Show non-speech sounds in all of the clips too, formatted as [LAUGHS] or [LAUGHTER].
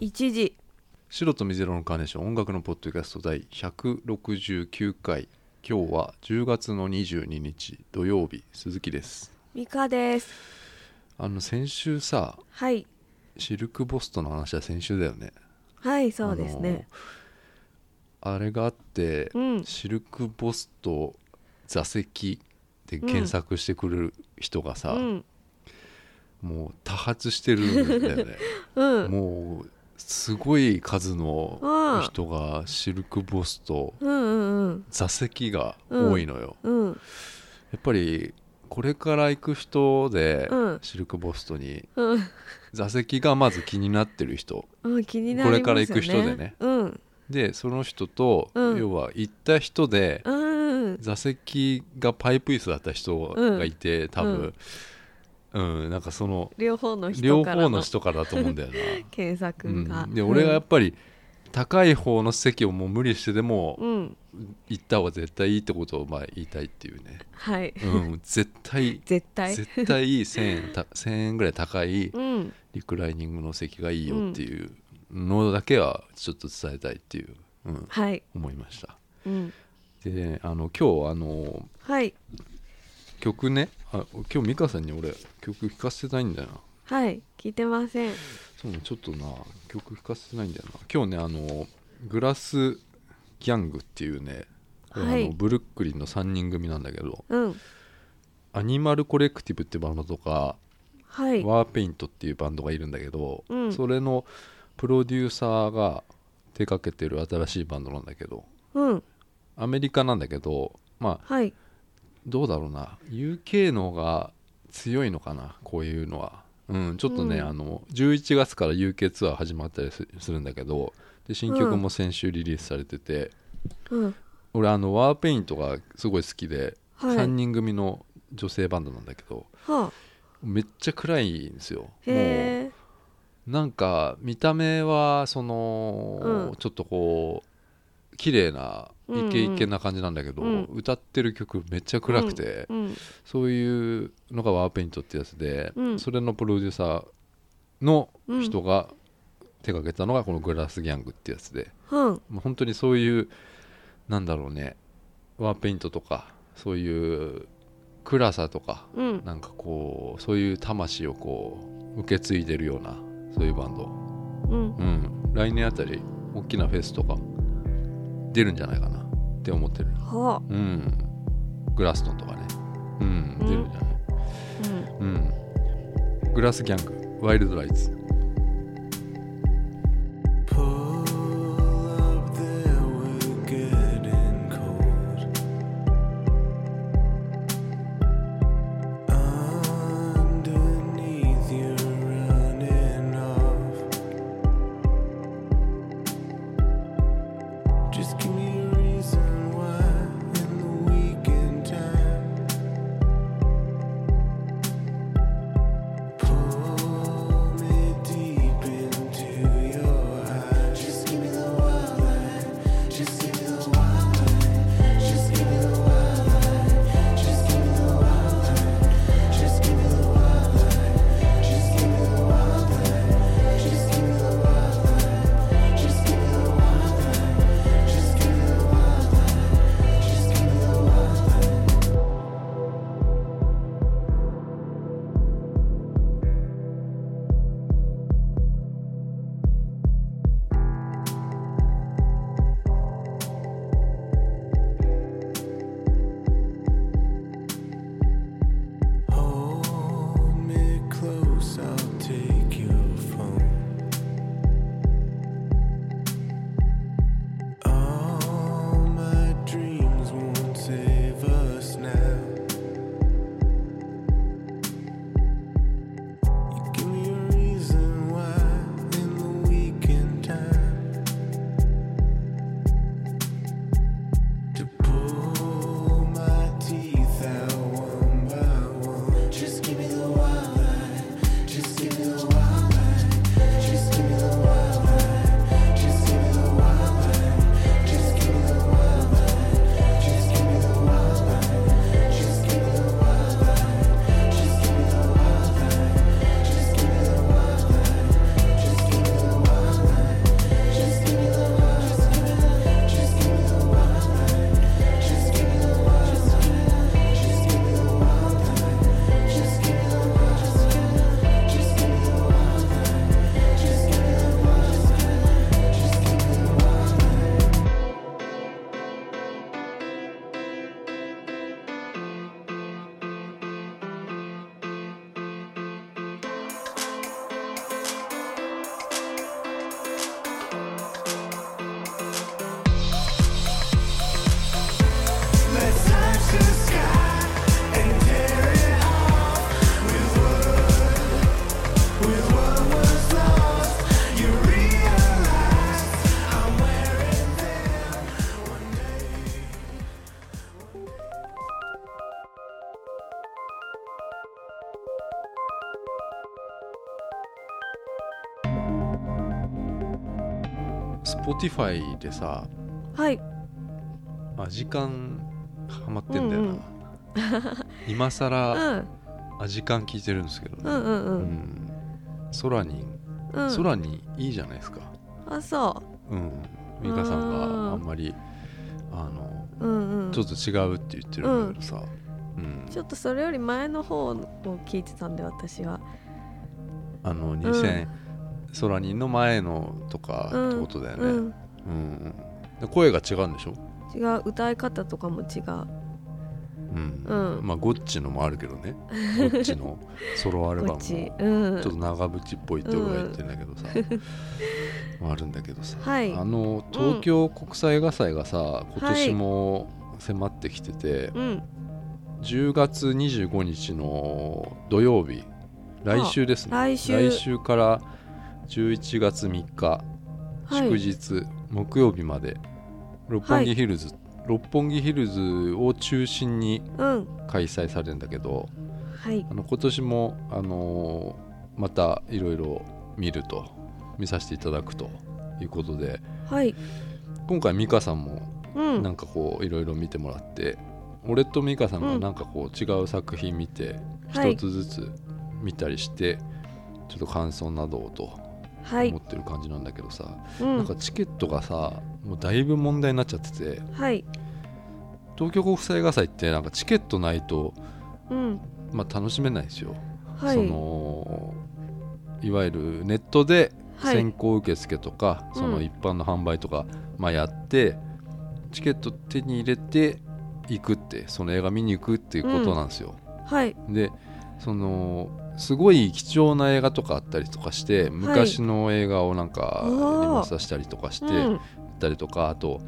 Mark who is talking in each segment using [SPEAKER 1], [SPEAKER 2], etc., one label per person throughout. [SPEAKER 1] 1時
[SPEAKER 2] 白と水色のカーネーション音楽のポッドキャスト第169回今日は10月の22日土曜日鈴木です
[SPEAKER 1] ミカです
[SPEAKER 2] あの先週さ
[SPEAKER 1] はい
[SPEAKER 2] シルクボストの話は先週だよね
[SPEAKER 1] はいそうですね、
[SPEAKER 2] あのあれがあって、
[SPEAKER 1] うん
[SPEAKER 2] シルクボスト座席で検索してくる人がさ、
[SPEAKER 1] うん
[SPEAKER 2] もう多発してるんだよね
[SPEAKER 1] [LAUGHS] うん
[SPEAKER 2] もうすごい数
[SPEAKER 1] うん
[SPEAKER 2] の人がシルクボスト
[SPEAKER 1] うんうん
[SPEAKER 2] 座席が多いのよ、
[SPEAKER 1] うんうん
[SPEAKER 2] やっぱりこれから行く人で、
[SPEAKER 1] うん
[SPEAKER 2] シルクボストに
[SPEAKER 1] うん
[SPEAKER 2] 座席がまず気になってる人
[SPEAKER 1] うん気になりますよね
[SPEAKER 2] これから行く人でね
[SPEAKER 1] うん
[SPEAKER 2] でその人と、
[SPEAKER 1] うん
[SPEAKER 2] 要は行った人で
[SPEAKER 1] うん
[SPEAKER 2] 座席がパイプ椅子だった人がいて、多分、うんなんかその
[SPEAKER 1] 両方の人
[SPEAKER 2] 両
[SPEAKER 1] から
[SPEAKER 2] 方
[SPEAKER 1] の
[SPEAKER 2] の人からだと思うんだよ
[SPEAKER 1] [LAUGHS]
[SPEAKER 2] な、
[SPEAKER 1] 検索が、
[SPEAKER 2] うんで俺がやっぱり高い方の席をもう無理してでも
[SPEAKER 1] うん
[SPEAKER 2] 行った方が絶対いいってことをまあ言いたいっていうね、
[SPEAKER 1] はい、
[SPEAKER 2] うん、絶対
[SPEAKER 1] [LAUGHS] 絶対
[SPEAKER 2] 絶対1000円た1000円ぐらい高い
[SPEAKER 1] うん
[SPEAKER 2] リクライニングの席がいいよっていうのだけはちょっと伝えたいっていう、うん、
[SPEAKER 1] はい
[SPEAKER 2] 思いました
[SPEAKER 1] うん
[SPEAKER 2] であの今日あの
[SPEAKER 1] はい
[SPEAKER 2] 曲ねあ今日美香さんに俺曲聴かせてないんだよな
[SPEAKER 1] はい聞いてません
[SPEAKER 2] そうねちょっとな曲聴かせてないんだよな今日ねあのグラスギャングっていうねこれあの、
[SPEAKER 1] はい
[SPEAKER 2] ブルックリンの3人組なんだけど
[SPEAKER 1] うん
[SPEAKER 2] アニマルコレクティブってバンドとか
[SPEAKER 1] はい
[SPEAKER 2] ワーペイントっていうバンドがいるんだけど、
[SPEAKER 1] うん
[SPEAKER 2] それのプロデューサーが手掛けてる新しいバンドなんだけど
[SPEAKER 1] うん
[SPEAKER 2] アメリカなんだけどまあ
[SPEAKER 1] はい
[SPEAKER 2] どうだろうな UK の方が強いのかなこういうのは、うん、ちょっとね、
[SPEAKER 1] うん
[SPEAKER 2] あの11月から UK ツアー始まったりすするんだけどで新曲も先週リリースされてて、
[SPEAKER 1] うん
[SPEAKER 2] 俺あのワーペイントがすごい好きで、
[SPEAKER 1] はい
[SPEAKER 2] 3人組の女性バンドなんだけど
[SPEAKER 1] はあ
[SPEAKER 2] めっちゃ暗いんですよもう
[SPEAKER 1] へえ
[SPEAKER 2] なんか見た目はその、
[SPEAKER 1] うん
[SPEAKER 2] ちょっとこう綺麗なイケイケな感じなんだけど、
[SPEAKER 1] うんうん
[SPEAKER 2] 歌ってる曲めっちゃ暗くて、
[SPEAKER 1] うん
[SPEAKER 2] そういうのがワーペイントってやつで、
[SPEAKER 1] うん
[SPEAKER 2] それのプロデューサーの人が手掛けたのがこの「グラスギャング」ってやつで、
[SPEAKER 1] うん
[SPEAKER 2] もう本当にそういうなんだろうねワーペイントとかそういう暗さとか
[SPEAKER 1] うん
[SPEAKER 2] なんかこうそういう魂をこう受け継いでるようなそういうバンド。
[SPEAKER 1] うん
[SPEAKER 2] うん、来年あたり大きなフェスとか出るんじゃないかなって思ってる、
[SPEAKER 1] はあ
[SPEAKER 2] うん、グラストンとかね、うん、
[SPEAKER 1] うん
[SPEAKER 2] 出るんじゃない、
[SPEAKER 1] うん
[SPEAKER 2] うん、グラスギャングワイルドライツ
[SPEAKER 3] Pull up there, we're getting cold. Underneath you running off. Just give me a reason why in the weekend time. Pull me
[SPEAKER 2] Spotify でさ
[SPEAKER 1] はい
[SPEAKER 2] アジカンハマってんだよな、
[SPEAKER 1] うんうん
[SPEAKER 2] [LAUGHS] 今さ
[SPEAKER 1] う
[SPEAKER 2] ら
[SPEAKER 1] ん
[SPEAKER 2] アジカン聞いてるんですけどね、
[SPEAKER 1] うんうんう
[SPEAKER 2] うんん空に、
[SPEAKER 1] うん
[SPEAKER 2] 空にいいじゃないですか
[SPEAKER 1] あそ
[SPEAKER 2] うん美香さん
[SPEAKER 1] あー
[SPEAKER 2] があんまりあの
[SPEAKER 1] ううんうん
[SPEAKER 2] ちょっと違うって言ってるんだけどさ、うん
[SPEAKER 1] ちょっとそれより前の方を聞いてたんで私は
[SPEAKER 2] あの2000、空にの前のとか
[SPEAKER 1] うん
[SPEAKER 2] ってことだよね、
[SPEAKER 1] う
[SPEAKER 2] うん
[SPEAKER 1] ん
[SPEAKER 2] うんで声が違うんでしょ、
[SPEAKER 1] 違う歌い方とかも違う
[SPEAKER 2] うん
[SPEAKER 1] うん
[SPEAKER 2] まあゴッチのもあるけ
[SPEAKER 1] [LAUGHS]
[SPEAKER 2] どねゴッチのソロアルバム
[SPEAKER 1] こ
[SPEAKER 2] も
[SPEAKER 1] っ
[SPEAKER 2] ち
[SPEAKER 1] ち
[SPEAKER 2] ょ
[SPEAKER 1] うん
[SPEAKER 2] っと長渕っぽいって俺は言ってんだけど
[SPEAKER 1] [LAUGHS]
[SPEAKER 2] さ、あるんだけどさ、
[SPEAKER 1] はい
[SPEAKER 2] あの東京国際映画祭がさ、今年も迫ってきてて、
[SPEAKER 1] うん
[SPEAKER 2] 10月25日の土曜日来週ですね
[SPEAKER 1] あ来週
[SPEAKER 2] から11月3日、
[SPEAKER 1] はい
[SPEAKER 2] 祝日木曜日まで六本木ヒルズ、六本木ヒルズを中心に
[SPEAKER 1] うん
[SPEAKER 2] 開催されるんだけど
[SPEAKER 1] はい
[SPEAKER 2] あの今年も、あのーまたいろいろ見ると見させていただくということで
[SPEAKER 1] はい
[SPEAKER 2] 今回美香さんも
[SPEAKER 1] うん
[SPEAKER 2] なんかこういろいろ見てもらって、俺と美香さんがなんかこう違う作品見て
[SPEAKER 1] はい
[SPEAKER 2] 一つずつ見たりして、ちょっと感想などをと
[SPEAKER 1] はい
[SPEAKER 2] 思ってる感じなんだけどさ、
[SPEAKER 1] う
[SPEAKER 2] なん
[SPEAKER 1] ん
[SPEAKER 2] かチケットがさもうだいぶ問題になっちゃってて
[SPEAKER 1] はい
[SPEAKER 2] 東京国際映画祭ってなんかチケットないと、
[SPEAKER 1] うん
[SPEAKER 2] まあ、楽しめないんですよ。
[SPEAKER 1] はい
[SPEAKER 2] そのいわゆるネットで
[SPEAKER 1] はい
[SPEAKER 2] 先行受付とか、
[SPEAKER 1] ん
[SPEAKER 2] その一般の販売とか、まあ、やってチケット手に入れて行くってその映画見に行くっていうことなんですよ。
[SPEAKER 1] はい
[SPEAKER 2] でそのすごい貴重な映画とかあったりとかして昔の映画をなんかリ
[SPEAKER 1] おー
[SPEAKER 2] マスターしたりとかして
[SPEAKER 1] う
[SPEAKER 2] 行っ
[SPEAKER 1] ん
[SPEAKER 2] たりとか、あと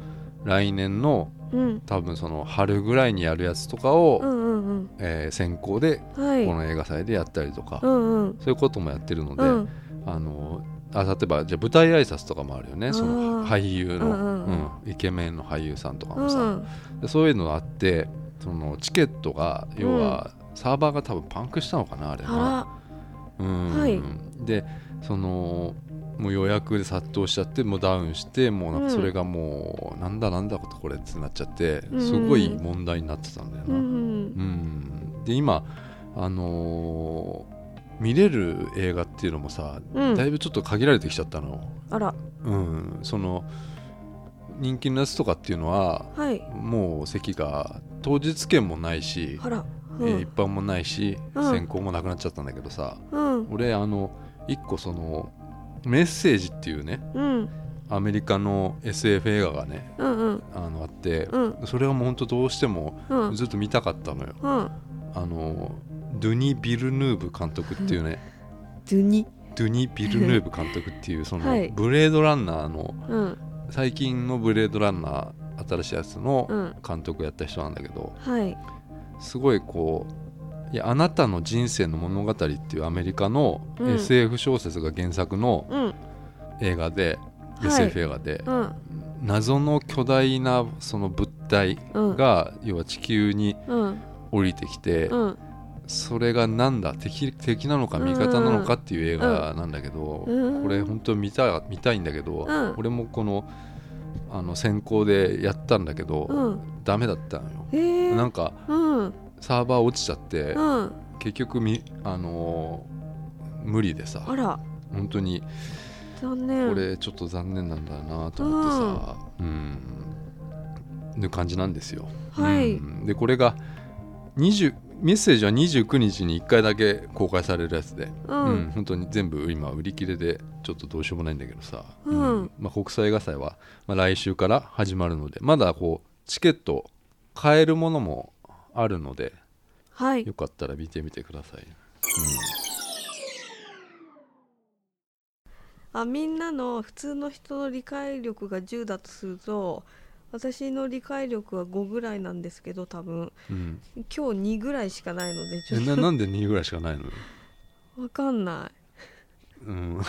[SPEAKER 2] 来年の
[SPEAKER 1] うん
[SPEAKER 2] 多分その春ぐらいにやるやつとかを、
[SPEAKER 1] うんうん
[SPEAKER 2] えー先行で
[SPEAKER 1] うんはい
[SPEAKER 2] この映画祭でやったりとか、
[SPEAKER 1] うんうん
[SPEAKER 2] そういうこともやってるので、
[SPEAKER 1] うん
[SPEAKER 2] あのあ例えばじゃあ舞台挨拶とかもあるよ
[SPEAKER 1] あ
[SPEAKER 2] ね
[SPEAKER 1] ー
[SPEAKER 2] その俳優の、
[SPEAKER 1] う
[SPEAKER 2] うん
[SPEAKER 1] うん
[SPEAKER 2] ん
[SPEAKER 1] うん
[SPEAKER 2] イケメンの俳優さんとか
[SPEAKER 1] う
[SPEAKER 2] もさ、
[SPEAKER 1] ん
[SPEAKER 2] でそういうのあってそのチケットが要は、サーバーが多分パンクしたのかなあれな
[SPEAKER 1] あ
[SPEAKER 2] うん、
[SPEAKER 1] はい
[SPEAKER 2] でそのもう予約で殺到しちゃってもうダウンしてもうなん
[SPEAKER 1] うん
[SPEAKER 2] かそれがもう、なんだなんだことこれってなっちゃって
[SPEAKER 1] うん
[SPEAKER 2] すごい問題になってたんだよ
[SPEAKER 1] らう
[SPEAKER 2] な。うん
[SPEAKER 1] ん
[SPEAKER 2] で今あのー見れる映画っていうのもさ、
[SPEAKER 1] うん
[SPEAKER 2] だいぶちょっと限られてきちゃったの。
[SPEAKER 1] あら
[SPEAKER 2] うん、その人気のやつとかっていうのは
[SPEAKER 1] はい
[SPEAKER 2] もう席が当日券もないし、
[SPEAKER 1] あら
[SPEAKER 2] え
[SPEAKER 1] う
[SPEAKER 2] ー一
[SPEAKER 1] ん
[SPEAKER 2] 般もないし、
[SPEAKER 1] うん
[SPEAKER 2] 先行もなくなっちゃったんだけどさ、
[SPEAKER 1] うん
[SPEAKER 2] 俺あの一個そのメッセージっていうね
[SPEAKER 1] うん
[SPEAKER 2] アメリカの SF 映画がね
[SPEAKER 1] うんうん
[SPEAKER 2] あのあって、
[SPEAKER 1] うん
[SPEAKER 2] それはもうほんとどうしても
[SPEAKER 1] うんうん
[SPEAKER 2] ずっと見たかったのよ、あのドゥニ・ビルヌーブ監督っていうね、
[SPEAKER 1] ドゥニ
[SPEAKER 2] ドゥニ・ビルヌーブ監督っていうその、
[SPEAKER 1] はい
[SPEAKER 2] ブレードランナーの
[SPEAKER 1] うん
[SPEAKER 2] 最近のブレードランナー新しいやつの
[SPEAKER 1] うん
[SPEAKER 2] 監督やった人なんだけど
[SPEAKER 1] はい
[SPEAKER 2] すごいこう「いやあなたの人生の物語」っていうアメリカの
[SPEAKER 1] うん
[SPEAKER 2] SF 小説が原作の
[SPEAKER 1] うん
[SPEAKER 2] 映画で、
[SPEAKER 1] い
[SPEAKER 2] SF 映画で、
[SPEAKER 1] うん
[SPEAKER 2] 謎の巨大なその物体
[SPEAKER 1] うん
[SPEAKER 2] が、要は地球に
[SPEAKER 1] うん
[SPEAKER 2] 降りてきて、
[SPEAKER 1] うん
[SPEAKER 2] それがなんだ敵敵なのか
[SPEAKER 1] うん
[SPEAKER 2] 味方なのかっていう映画なんだけど、
[SPEAKER 1] うん
[SPEAKER 2] これ本当見た見たいんだけど、
[SPEAKER 1] うん
[SPEAKER 2] 俺もこのあの先行でやったんだけど、
[SPEAKER 1] うん
[SPEAKER 2] ダメだったのよ、
[SPEAKER 1] えー
[SPEAKER 2] なんか
[SPEAKER 1] うん
[SPEAKER 2] サーバー落ちちゃって、
[SPEAKER 1] うん
[SPEAKER 2] 結局み、あのー無理でさ
[SPEAKER 1] あら
[SPEAKER 2] 本当に
[SPEAKER 1] 残念
[SPEAKER 2] これちょっと残念なんだなと思ってさうんいう感じなんですよ。
[SPEAKER 1] はい
[SPEAKER 2] うんでこれが20メッセージは29日に1回だけ公開されるやつで、
[SPEAKER 1] う
[SPEAKER 2] うん
[SPEAKER 1] ん
[SPEAKER 2] 本当に全部今売り切れでちょっとどうしようもないんだけどさ、
[SPEAKER 1] うん
[SPEAKER 2] まあ、国際映画祭は、まあ、来週から始まるのでまだこうチケット買えるものもあるので
[SPEAKER 1] はい
[SPEAKER 2] よかったら見てみてください、
[SPEAKER 1] あみんなの普通の人の理解力が10だとすると私の理解力は5ぐらいなんですけど多分 [LAUGHS]
[SPEAKER 2] うん
[SPEAKER 1] 今日2ぐらいしかないのでち
[SPEAKER 2] え
[SPEAKER 1] ょっ
[SPEAKER 2] ななんで2ぐらいしかないの、
[SPEAKER 1] とわかんない
[SPEAKER 2] うん、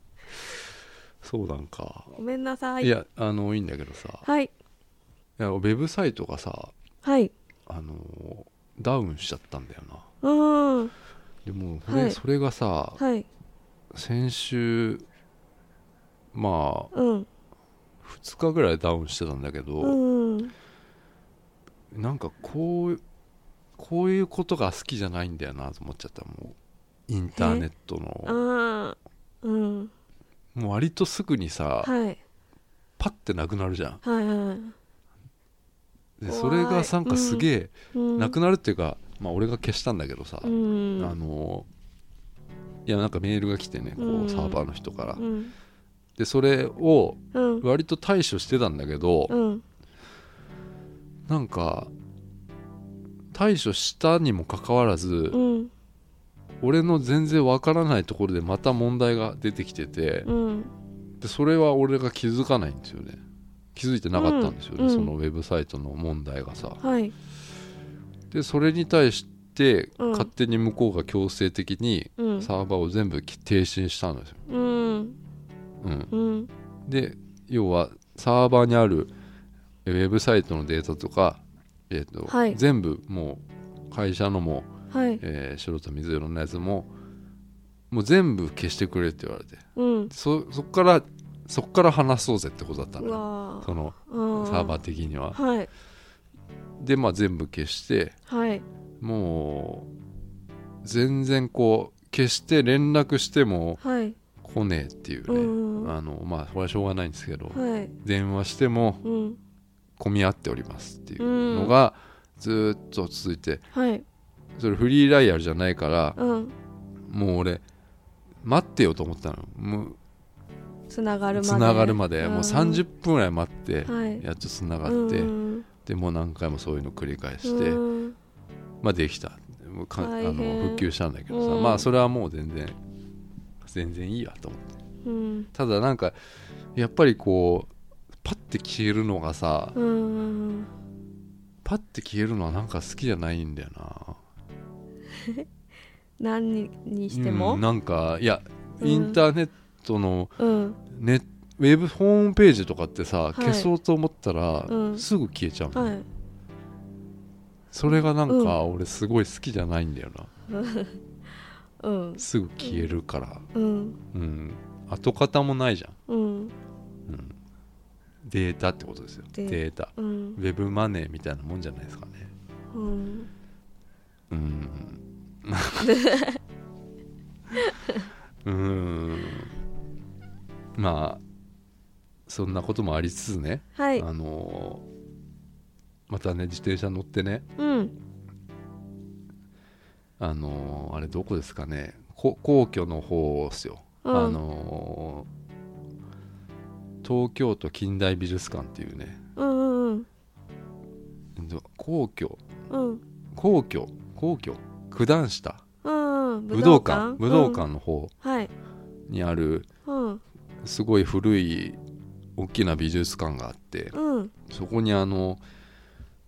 [SPEAKER 2] [LAUGHS] そうなんか、
[SPEAKER 1] ごめんなさい
[SPEAKER 2] いやあのいいんだけどさ
[SPEAKER 1] はい
[SPEAKER 2] いやウェブサイトがさ
[SPEAKER 1] はい
[SPEAKER 2] あのダウンしちゃったんだよな
[SPEAKER 1] うん
[SPEAKER 2] でも俺
[SPEAKER 1] はい
[SPEAKER 2] それがさ、
[SPEAKER 1] はい
[SPEAKER 2] 先週まあ
[SPEAKER 1] うん
[SPEAKER 2] 2日ぐらいダウンしてたんだけど、
[SPEAKER 1] うん
[SPEAKER 2] なんかこうこういうことが好きじゃないんだよなと思っちゃったもうインターネットの
[SPEAKER 1] あーうん
[SPEAKER 2] もう割とすぐにさ、
[SPEAKER 1] はい
[SPEAKER 2] パッてなくなるじゃん
[SPEAKER 1] はいはい
[SPEAKER 2] で
[SPEAKER 1] 怖い
[SPEAKER 2] それがなんかすげえ、
[SPEAKER 1] うん
[SPEAKER 2] なくなるっていうか、まあ、俺が消したんだけどさ、
[SPEAKER 1] うん
[SPEAKER 2] あのいやなんかメールが来てねこ
[SPEAKER 1] うん
[SPEAKER 2] うサーバーの人から、
[SPEAKER 1] うん
[SPEAKER 2] でそれを
[SPEAKER 1] うん
[SPEAKER 2] 割と対処してたんだけど、
[SPEAKER 1] うん
[SPEAKER 2] なんか対処したにもかかわらず、
[SPEAKER 1] うん
[SPEAKER 2] 俺の全然わからないところでまた問題が出てきてて、
[SPEAKER 1] うん
[SPEAKER 2] でそれは俺が気づかないんですよね気づいてなかったんですよね、
[SPEAKER 1] うん
[SPEAKER 2] そのウェブサイトの問題がさ
[SPEAKER 1] はい
[SPEAKER 2] でそれに対して
[SPEAKER 1] うん
[SPEAKER 2] 勝手に向こうが強制的に
[SPEAKER 1] うん
[SPEAKER 2] サーバーを全部き停止したんですよ、
[SPEAKER 1] うん
[SPEAKER 2] うん、
[SPEAKER 1] うん
[SPEAKER 2] で要はサーバーにあるえウェブサイトのデータとか、えーと
[SPEAKER 1] はい
[SPEAKER 2] 全部もう会社のも、
[SPEAKER 1] はい
[SPEAKER 2] えー白と水色のやつももう全部消してくれって言われて
[SPEAKER 1] うん
[SPEAKER 2] そそっからそっから話そうぜってことだったの
[SPEAKER 1] う
[SPEAKER 2] よ
[SPEAKER 1] わ
[SPEAKER 2] そのサ
[SPEAKER 1] サ
[SPEAKER 2] ーバー的には
[SPEAKER 1] はい
[SPEAKER 2] でまあ全部消して
[SPEAKER 1] はい
[SPEAKER 2] もう全然こう消して連絡しても
[SPEAKER 1] はい
[SPEAKER 2] 来ねえっていう
[SPEAKER 1] うん
[SPEAKER 2] ね
[SPEAKER 1] は
[SPEAKER 2] あのまあこれはしょうがないんですけど
[SPEAKER 1] い
[SPEAKER 2] 電話しても
[SPEAKER 1] うん
[SPEAKER 2] 混み合っておりますっていうのがずーっと続いて
[SPEAKER 1] はい
[SPEAKER 2] それフリーダイヤルじゃないから
[SPEAKER 1] うん
[SPEAKER 2] もう俺待ってよと思ったのも
[SPEAKER 1] つながる
[SPEAKER 2] う
[SPEAKER 1] まで
[SPEAKER 2] つながるまで
[SPEAKER 1] ん
[SPEAKER 2] もう30分ぐらい待って
[SPEAKER 1] はい
[SPEAKER 2] やっとつながって
[SPEAKER 1] うん
[SPEAKER 2] でもう何回もそういうの繰り返して、
[SPEAKER 1] うん
[SPEAKER 2] まあできたもうかあ
[SPEAKER 1] 大
[SPEAKER 2] の
[SPEAKER 1] 変
[SPEAKER 2] 復旧したんだけどさ、
[SPEAKER 1] うん
[SPEAKER 2] まあそれはもう全然全然いいやと思っ
[SPEAKER 1] う
[SPEAKER 2] て
[SPEAKER 1] ん
[SPEAKER 2] ただなんかやっぱりこうパッて消えるのがさ、
[SPEAKER 1] うん
[SPEAKER 2] パッて消えるのはなんか好きじゃないんだよな
[SPEAKER 1] 何にして
[SPEAKER 2] う
[SPEAKER 1] も
[SPEAKER 2] んなんかいや
[SPEAKER 1] うん
[SPEAKER 2] インターネットの
[SPEAKER 1] うん
[SPEAKER 2] ネウェブホームページとかってさ
[SPEAKER 1] い
[SPEAKER 2] 消そうと思ったら、
[SPEAKER 1] うん
[SPEAKER 2] すぐ消えちゃうの、
[SPEAKER 1] はい
[SPEAKER 2] それがなんか俺すごい好きじゃないんだよな、
[SPEAKER 1] うん
[SPEAKER 2] すぐ消えるから、
[SPEAKER 1] うん
[SPEAKER 2] うん、跡形もないじゃん
[SPEAKER 1] うん
[SPEAKER 2] うんデータってことですよ
[SPEAKER 1] デ
[SPEAKER 2] デ
[SPEAKER 1] ー
[SPEAKER 2] ータ
[SPEAKER 1] うん
[SPEAKER 2] ウェブマネーみたいなもんじゃないですかね
[SPEAKER 1] うん
[SPEAKER 2] うーん [LAUGHS] うーんまあそんなこともありつつね、
[SPEAKER 1] はい
[SPEAKER 2] あのーまたね自転車乗ってね
[SPEAKER 1] うん
[SPEAKER 2] あのーあれどこですかねこ皇居の方ですよ、
[SPEAKER 1] うん
[SPEAKER 2] あのー東京都近代美術館っていうね
[SPEAKER 1] うんうん
[SPEAKER 2] うんと皇居
[SPEAKER 1] うん
[SPEAKER 2] 皇居皇居九段下
[SPEAKER 1] うんうん
[SPEAKER 2] 武道館武道
[SPEAKER 1] うん
[SPEAKER 2] 館の方
[SPEAKER 1] はい
[SPEAKER 2] にある
[SPEAKER 1] うん
[SPEAKER 2] すごい古い大きな美術館があって
[SPEAKER 1] うん
[SPEAKER 2] そこにあの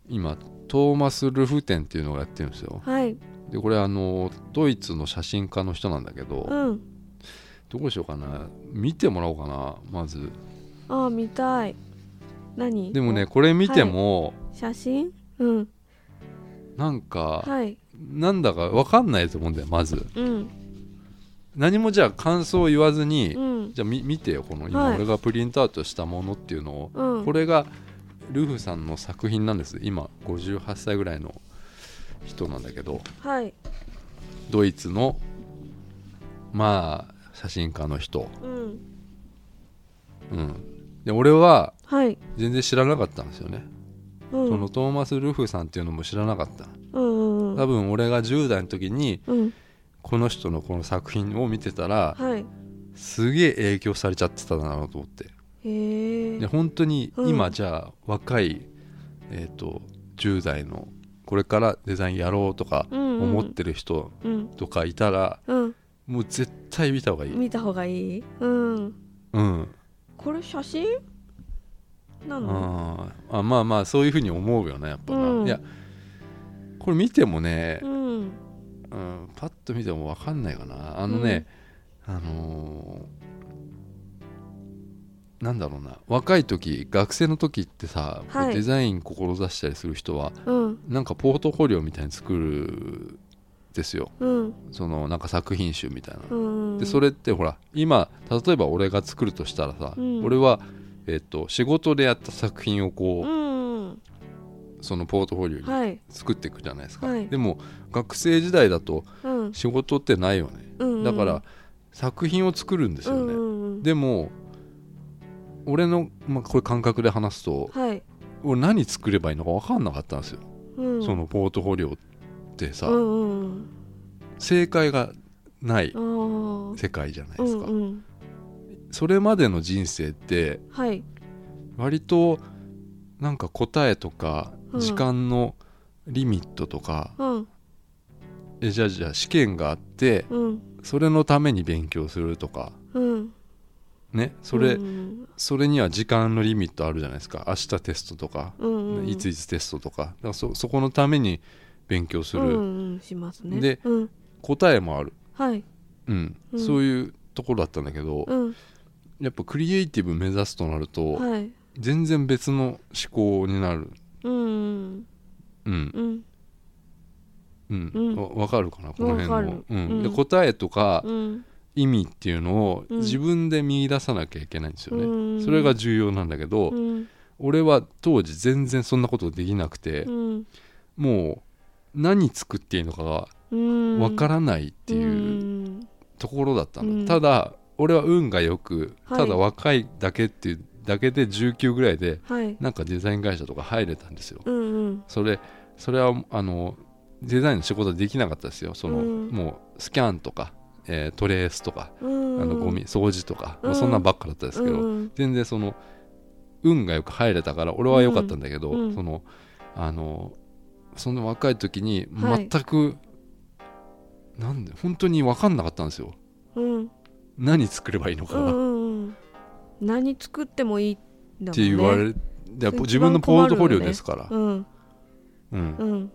[SPEAKER 2] 今トーマス・ルフ展っていうのをやってるんですよ
[SPEAKER 1] はい
[SPEAKER 2] でこれあのドイツの写真家の人なんだけど
[SPEAKER 1] うん
[SPEAKER 2] どうしようかな見てもらおうかなまず
[SPEAKER 1] ああ見たい何
[SPEAKER 2] でもねこれ見ても
[SPEAKER 1] 写真うん
[SPEAKER 2] なんか
[SPEAKER 1] はい
[SPEAKER 2] なんだか分かんないと思うんだよまず
[SPEAKER 1] うん
[SPEAKER 2] 何もじゃあ感想を言わずに
[SPEAKER 1] うん
[SPEAKER 2] じゃあみ見てよこの今
[SPEAKER 1] はい
[SPEAKER 2] 俺がプリントアウトしたものっていうのを、
[SPEAKER 1] うん
[SPEAKER 2] これがルフさんの作品なんです今58歳ぐらいの人なんだけど
[SPEAKER 1] はい
[SPEAKER 2] ドイツのまあ写真家の人、
[SPEAKER 1] うん
[SPEAKER 2] うん、で俺は
[SPEAKER 1] はい
[SPEAKER 2] 全然知らなかったんですよ
[SPEAKER 1] う
[SPEAKER 2] ね、
[SPEAKER 1] ん
[SPEAKER 2] そのトーマス・ルフさんっていうのも知らなかった
[SPEAKER 1] うんうん
[SPEAKER 2] 多分俺が10代の時に
[SPEAKER 1] うん
[SPEAKER 2] この人のこの作品を見てたら
[SPEAKER 1] はい
[SPEAKER 2] すげえ影響されちゃってたなと思って
[SPEAKER 1] へえ
[SPEAKER 2] で本当に
[SPEAKER 1] うん
[SPEAKER 2] 今じゃあ若い、えー、と10代のこれからデザインやろうとか思
[SPEAKER 1] 思
[SPEAKER 2] ってる人
[SPEAKER 1] うん
[SPEAKER 2] とかいたら、
[SPEAKER 1] うん
[SPEAKER 2] もう絶対見た方がいい、
[SPEAKER 1] 見た方がいいうん
[SPEAKER 2] うん、
[SPEAKER 1] これ写真なの
[SPEAKER 2] あーあまあまあそういうふうに思うよねやっぱな、
[SPEAKER 1] うん
[SPEAKER 2] いやこれ見てもね
[SPEAKER 1] う、ん
[SPEAKER 2] うん、パッと見ても分かんないかなあのね、あのーなんだろうな若い時学生の時ってさ、こう
[SPEAKER 1] はい
[SPEAKER 2] デザイン志したりする人は
[SPEAKER 1] うん
[SPEAKER 2] なんかポートフォリオみたいに作るですよ
[SPEAKER 1] うん
[SPEAKER 2] そのなんか作品集みたいな、
[SPEAKER 1] うん
[SPEAKER 2] でそれってほら今例えば俺が作るとしたらさ、
[SPEAKER 1] うん
[SPEAKER 2] 俺は、えっと仕事でやった作品をこ
[SPEAKER 1] う
[SPEAKER 2] う、
[SPEAKER 1] ん
[SPEAKER 2] そのポートフォリオに
[SPEAKER 1] はい
[SPEAKER 2] 作っていくじゃないですか、
[SPEAKER 1] はい
[SPEAKER 2] でも学生時代だと
[SPEAKER 1] うん
[SPEAKER 2] 仕事ってないよね、
[SPEAKER 1] うん
[SPEAKER 2] だから作品を作るんですよね、
[SPEAKER 1] うんうんうん
[SPEAKER 2] でも俺の、まあ、これ感覚で話すと
[SPEAKER 1] はい
[SPEAKER 2] 俺何作ればいいのか分かんなかったんですよ、
[SPEAKER 1] うん
[SPEAKER 2] そのポートフォリオってさ、
[SPEAKER 1] うんうん
[SPEAKER 2] 正解がない
[SPEAKER 1] うんあー
[SPEAKER 2] 世界じゃないで
[SPEAKER 1] う
[SPEAKER 2] す
[SPEAKER 1] ん
[SPEAKER 2] か、
[SPEAKER 1] うん
[SPEAKER 2] それまでの人生って
[SPEAKER 1] はい
[SPEAKER 2] 割となんか答えとか
[SPEAKER 1] うん
[SPEAKER 2] 時間のリミットとか、
[SPEAKER 1] うん
[SPEAKER 2] えじゃあじゃあ試験があって
[SPEAKER 1] うん
[SPEAKER 2] それのために勉強するとか
[SPEAKER 1] うん
[SPEAKER 2] ねそれ、
[SPEAKER 1] うん
[SPEAKER 2] それには時間のリミットあるじゃないですか明日テストとか、
[SPEAKER 1] うんうん
[SPEAKER 2] いついつテストとかだからそそこのために勉強する、
[SPEAKER 1] うんうんしますね
[SPEAKER 2] で
[SPEAKER 1] うん
[SPEAKER 2] 答えもある、
[SPEAKER 1] はい
[SPEAKER 2] うん
[SPEAKER 1] うん
[SPEAKER 2] そういうところだったんだけど、
[SPEAKER 1] うん
[SPEAKER 2] やっぱクリエイティブ目指すとなると、
[SPEAKER 1] はい
[SPEAKER 2] 全然別の思考になる
[SPEAKER 1] うん
[SPEAKER 2] うん
[SPEAKER 1] うん
[SPEAKER 2] うん、
[SPEAKER 1] うん
[SPEAKER 2] わわかるかなこの辺
[SPEAKER 1] わか
[SPEAKER 2] の
[SPEAKER 1] る、
[SPEAKER 2] うん
[SPEAKER 1] うん
[SPEAKER 2] で答えとか
[SPEAKER 1] うん
[SPEAKER 2] 意味っていうのを
[SPEAKER 1] うん
[SPEAKER 2] 自分で見出さなきゃいけないんですよね、
[SPEAKER 1] うん
[SPEAKER 2] それが重要なんだけど、
[SPEAKER 1] うん
[SPEAKER 2] 俺は当時全然そんなことできなくて、
[SPEAKER 1] うん
[SPEAKER 2] もう何作っていいのかが
[SPEAKER 1] うん
[SPEAKER 2] わからないっていううところだったの、
[SPEAKER 1] うん
[SPEAKER 2] ただ俺は運がよく、
[SPEAKER 1] はい
[SPEAKER 2] ただ若いだけっていうだけで19ぐらいで
[SPEAKER 1] はい
[SPEAKER 2] なんかデザイン会社とか入れたんですよ、
[SPEAKER 1] うんうん
[SPEAKER 2] それそれはあのデザインの仕事はできなかったですよその、
[SPEAKER 1] うん
[SPEAKER 2] もうスキャンとか、えートレースとか、
[SPEAKER 1] うん
[SPEAKER 2] あのゴミ掃除とか、
[SPEAKER 1] うん
[SPEAKER 2] まあそんなんばっかだったですけど、
[SPEAKER 1] うん
[SPEAKER 2] 全然その運がよく入れたから俺は良かったんだけど、
[SPEAKER 1] うんうん
[SPEAKER 2] そのあのその若い時に
[SPEAKER 1] はい
[SPEAKER 2] 全く、なんで本当に分かんなかったんですよ
[SPEAKER 1] うん
[SPEAKER 2] 何作ればいいのか
[SPEAKER 1] う
[SPEAKER 2] が、
[SPEAKER 1] ん
[SPEAKER 2] っ
[SPEAKER 1] うんうん何作ってもいいんだもんね
[SPEAKER 2] て言われで
[SPEAKER 1] 一番
[SPEAKER 2] 自分のポートフォリオですから、
[SPEAKER 1] うん
[SPEAKER 2] うんだか
[SPEAKER 1] うん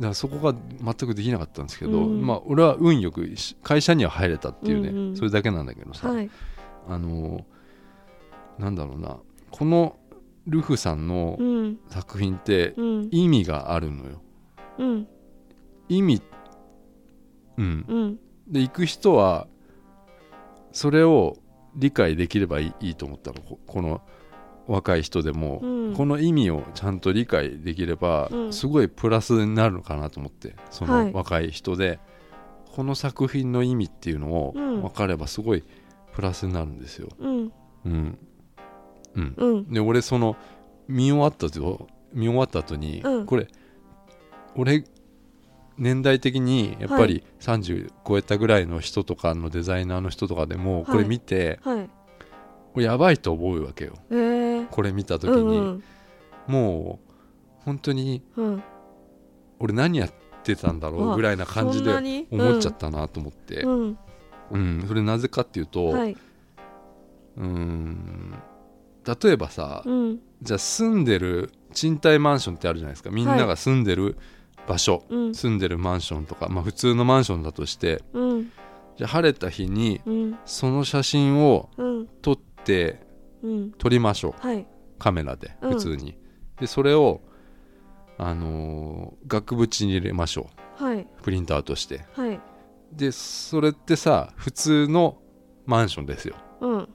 [SPEAKER 2] らそこが全くできなかったんですけど、
[SPEAKER 1] うん
[SPEAKER 2] まあ、俺は運よくし会社には入れたっていうね、
[SPEAKER 1] うんうん
[SPEAKER 2] それだけなんだけどさ、
[SPEAKER 1] はい
[SPEAKER 2] あのなんだろうなこのルフさんの
[SPEAKER 1] うん
[SPEAKER 2] 作品って
[SPEAKER 1] うん
[SPEAKER 2] 意味があるのよ、
[SPEAKER 1] うん
[SPEAKER 2] 意味うん
[SPEAKER 1] うん
[SPEAKER 2] で行く人はそれを理解できればいいいいと思ったのここの若い人でも、
[SPEAKER 1] うん
[SPEAKER 2] この意味をちゃんと理解できれば、
[SPEAKER 1] うん
[SPEAKER 2] すごいプラスになるのかなと思ってそ
[SPEAKER 1] は
[SPEAKER 2] の
[SPEAKER 1] い
[SPEAKER 2] 若い人で、この作品の意味っていうのを
[SPEAKER 1] うん
[SPEAKER 2] 分かればすごいプラスになるんですよ。
[SPEAKER 1] うん
[SPEAKER 2] うんうん、
[SPEAKER 1] うん
[SPEAKER 2] で俺その見終わったと見終わった後に、
[SPEAKER 1] うん
[SPEAKER 2] これ俺年代的にやっぱり30超えたぐらいの人とかのデザイナーの人とかでも
[SPEAKER 1] い
[SPEAKER 2] これ見て、
[SPEAKER 1] はい
[SPEAKER 2] これやばいと思うわけよ
[SPEAKER 1] えー
[SPEAKER 2] これ見た時
[SPEAKER 1] う
[SPEAKER 2] に、
[SPEAKER 1] んうん
[SPEAKER 2] もう本当に
[SPEAKER 1] うん
[SPEAKER 2] 俺何やってたんだろうぐらいな感じ
[SPEAKER 1] そんな
[SPEAKER 2] で
[SPEAKER 1] に
[SPEAKER 2] 思っちゃったなと思って、う
[SPEAKER 1] うんん
[SPEAKER 2] それなぜかっていうと、
[SPEAKER 1] はい
[SPEAKER 2] うん例えばさ、
[SPEAKER 1] うん
[SPEAKER 2] じゃあ住んでる賃貸マンションってあるじゃないですかみんなが住んでる場所、
[SPEAKER 1] うん
[SPEAKER 2] 住んでるマンションとか、まあ、普通のマンションだとして
[SPEAKER 1] うん
[SPEAKER 2] じゃあ晴れた日に
[SPEAKER 1] うん
[SPEAKER 2] その写真を
[SPEAKER 1] うん
[SPEAKER 2] 撮って
[SPEAKER 1] うん
[SPEAKER 2] 撮りましょう
[SPEAKER 1] はい
[SPEAKER 2] カメラで
[SPEAKER 1] うん
[SPEAKER 2] 普通に、でそれを、あのー額縁に入れましょ
[SPEAKER 1] はい
[SPEAKER 2] プリントアウトして
[SPEAKER 1] はい
[SPEAKER 2] でそれってさ普通のマンションですよ
[SPEAKER 1] うん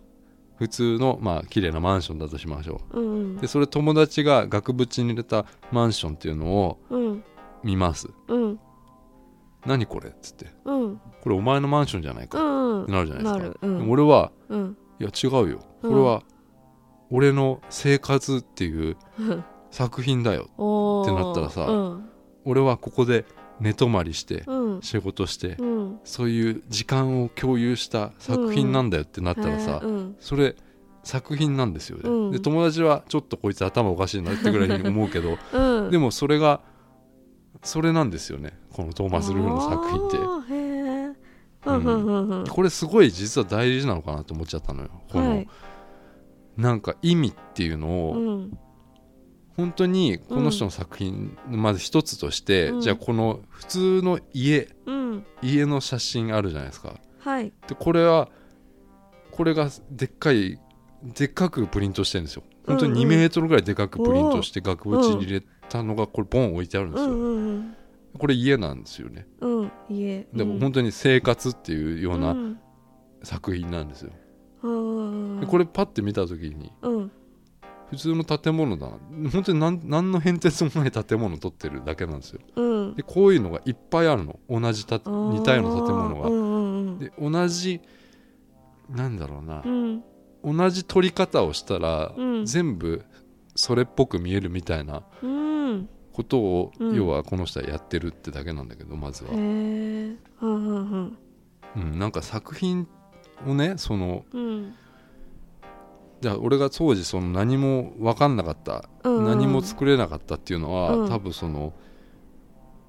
[SPEAKER 2] 普通のまあ綺麗なマンションだとしましょ
[SPEAKER 1] うんうん
[SPEAKER 2] うでそれ友達が額縁に入れたマンションっていうのを
[SPEAKER 1] うん
[SPEAKER 2] 見ます
[SPEAKER 1] うん
[SPEAKER 2] 何これっつって
[SPEAKER 1] うん
[SPEAKER 2] これお前のマンションじゃないかっ
[SPEAKER 1] うん
[SPEAKER 2] てなるじゃない
[SPEAKER 1] な
[SPEAKER 2] です
[SPEAKER 1] る
[SPEAKER 2] か、
[SPEAKER 1] う
[SPEAKER 2] で
[SPEAKER 1] ん
[SPEAKER 2] も俺は
[SPEAKER 1] うん
[SPEAKER 2] いや違うよこ
[SPEAKER 1] うん
[SPEAKER 2] れは俺の生活っていう
[SPEAKER 1] うん
[SPEAKER 2] 作品だよ
[SPEAKER 1] おー
[SPEAKER 2] ってなったらさ
[SPEAKER 1] うん
[SPEAKER 2] 俺はここで寝泊まりして
[SPEAKER 1] うん
[SPEAKER 2] 仕事して
[SPEAKER 1] うん
[SPEAKER 2] そういう時間を共有した作品なんだよってなったらさ
[SPEAKER 1] えーうん
[SPEAKER 2] それ作品なんですよね、
[SPEAKER 1] うん
[SPEAKER 2] で友達はちょっとこいつ頭おかしいなってぐらいに思うけど
[SPEAKER 1] うん
[SPEAKER 2] でもそれがそれなんですよねこのトーマス・ルーの作品って
[SPEAKER 1] あーへえうんうんうんうん
[SPEAKER 2] これすごい実は大事なのかなと思っちゃったのよこの、
[SPEAKER 1] はい
[SPEAKER 2] なんか意味っていうのを、
[SPEAKER 1] うん
[SPEAKER 2] 本当にこの人の作品、まず一つとして、
[SPEAKER 1] うん
[SPEAKER 2] じゃあこの普通の家
[SPEAKER 1] うん
[SPEAKER 2] 家の写真あるじゃないですか
[SPEAKER 1] はい
[SPEAKER 2] でこれはこれがでっかいでっかくプリントしてるんですよ本当に2
[SPEAKER 1] うんうん
[SPEAKER 2] メートルぐらいでかくプリントして額縁に入れたのがこれボン置いてあるんで
[SPEAKER 1] う
[SPEAKER 2] すよ、
[SPEAKER 1] んうん
[SPEAKER 2] これ家なんですよね
[SPEAKER 1] うんうんいえ
[SPEAKER 2] でも
[SPEAKER 1] ん
[SPEAKER 2] 本当に生活っていうよう
[SPEAKER 1] う
[SPEAKER 2] なん作品なんですよ、
[SPEAKER 1] あ
[SPEAKER 2] で
[SPEAKER 1] あ
[SPEAKER 2] これパッて見た時に
[SPEAKER 1] うん
[SPEAKER 2] 普通の建物だな本当に何何の変哲もない建物を撮ってるだけなんですよ
[SPEAKER 1] うん
[SPEAKER 2] でこういうのがいっぱいあるの同じた
[SPEAKER 1] あー
[SPEAKER 2] 似たような建物が、
[SPEAKER 1] うんうん
[SPEAKER 2] で同じなんだろうな
[SPEAKER 1] う、ん
[SPEAKER 2] 同じ撮り方をしたら、
[SPEAKER 1] うん
[SPEAKER 2] 全部それっぽく見えるみたいな
[SPEAKER 1] うん
[SPEAKER 2] ことを、
[SPEAKER 1] うん
[SPEAKER 2] 要はこの人はやってるってだけなんだけどまずは、
[SPEAKER 1] へえうんうんうん
[SPEAKER 2] うん、なんか作品をねその
[SPEAKER 1] うん
[SPEAKER 2] じゃあ俺が当時その何も分かんなかった、
[SPEAKER 1] うんうん
[SPEAKER 2] 何も作れなかったっていうのは、
[SPEAKER 1] うん
[SPEAKER 2] 多分その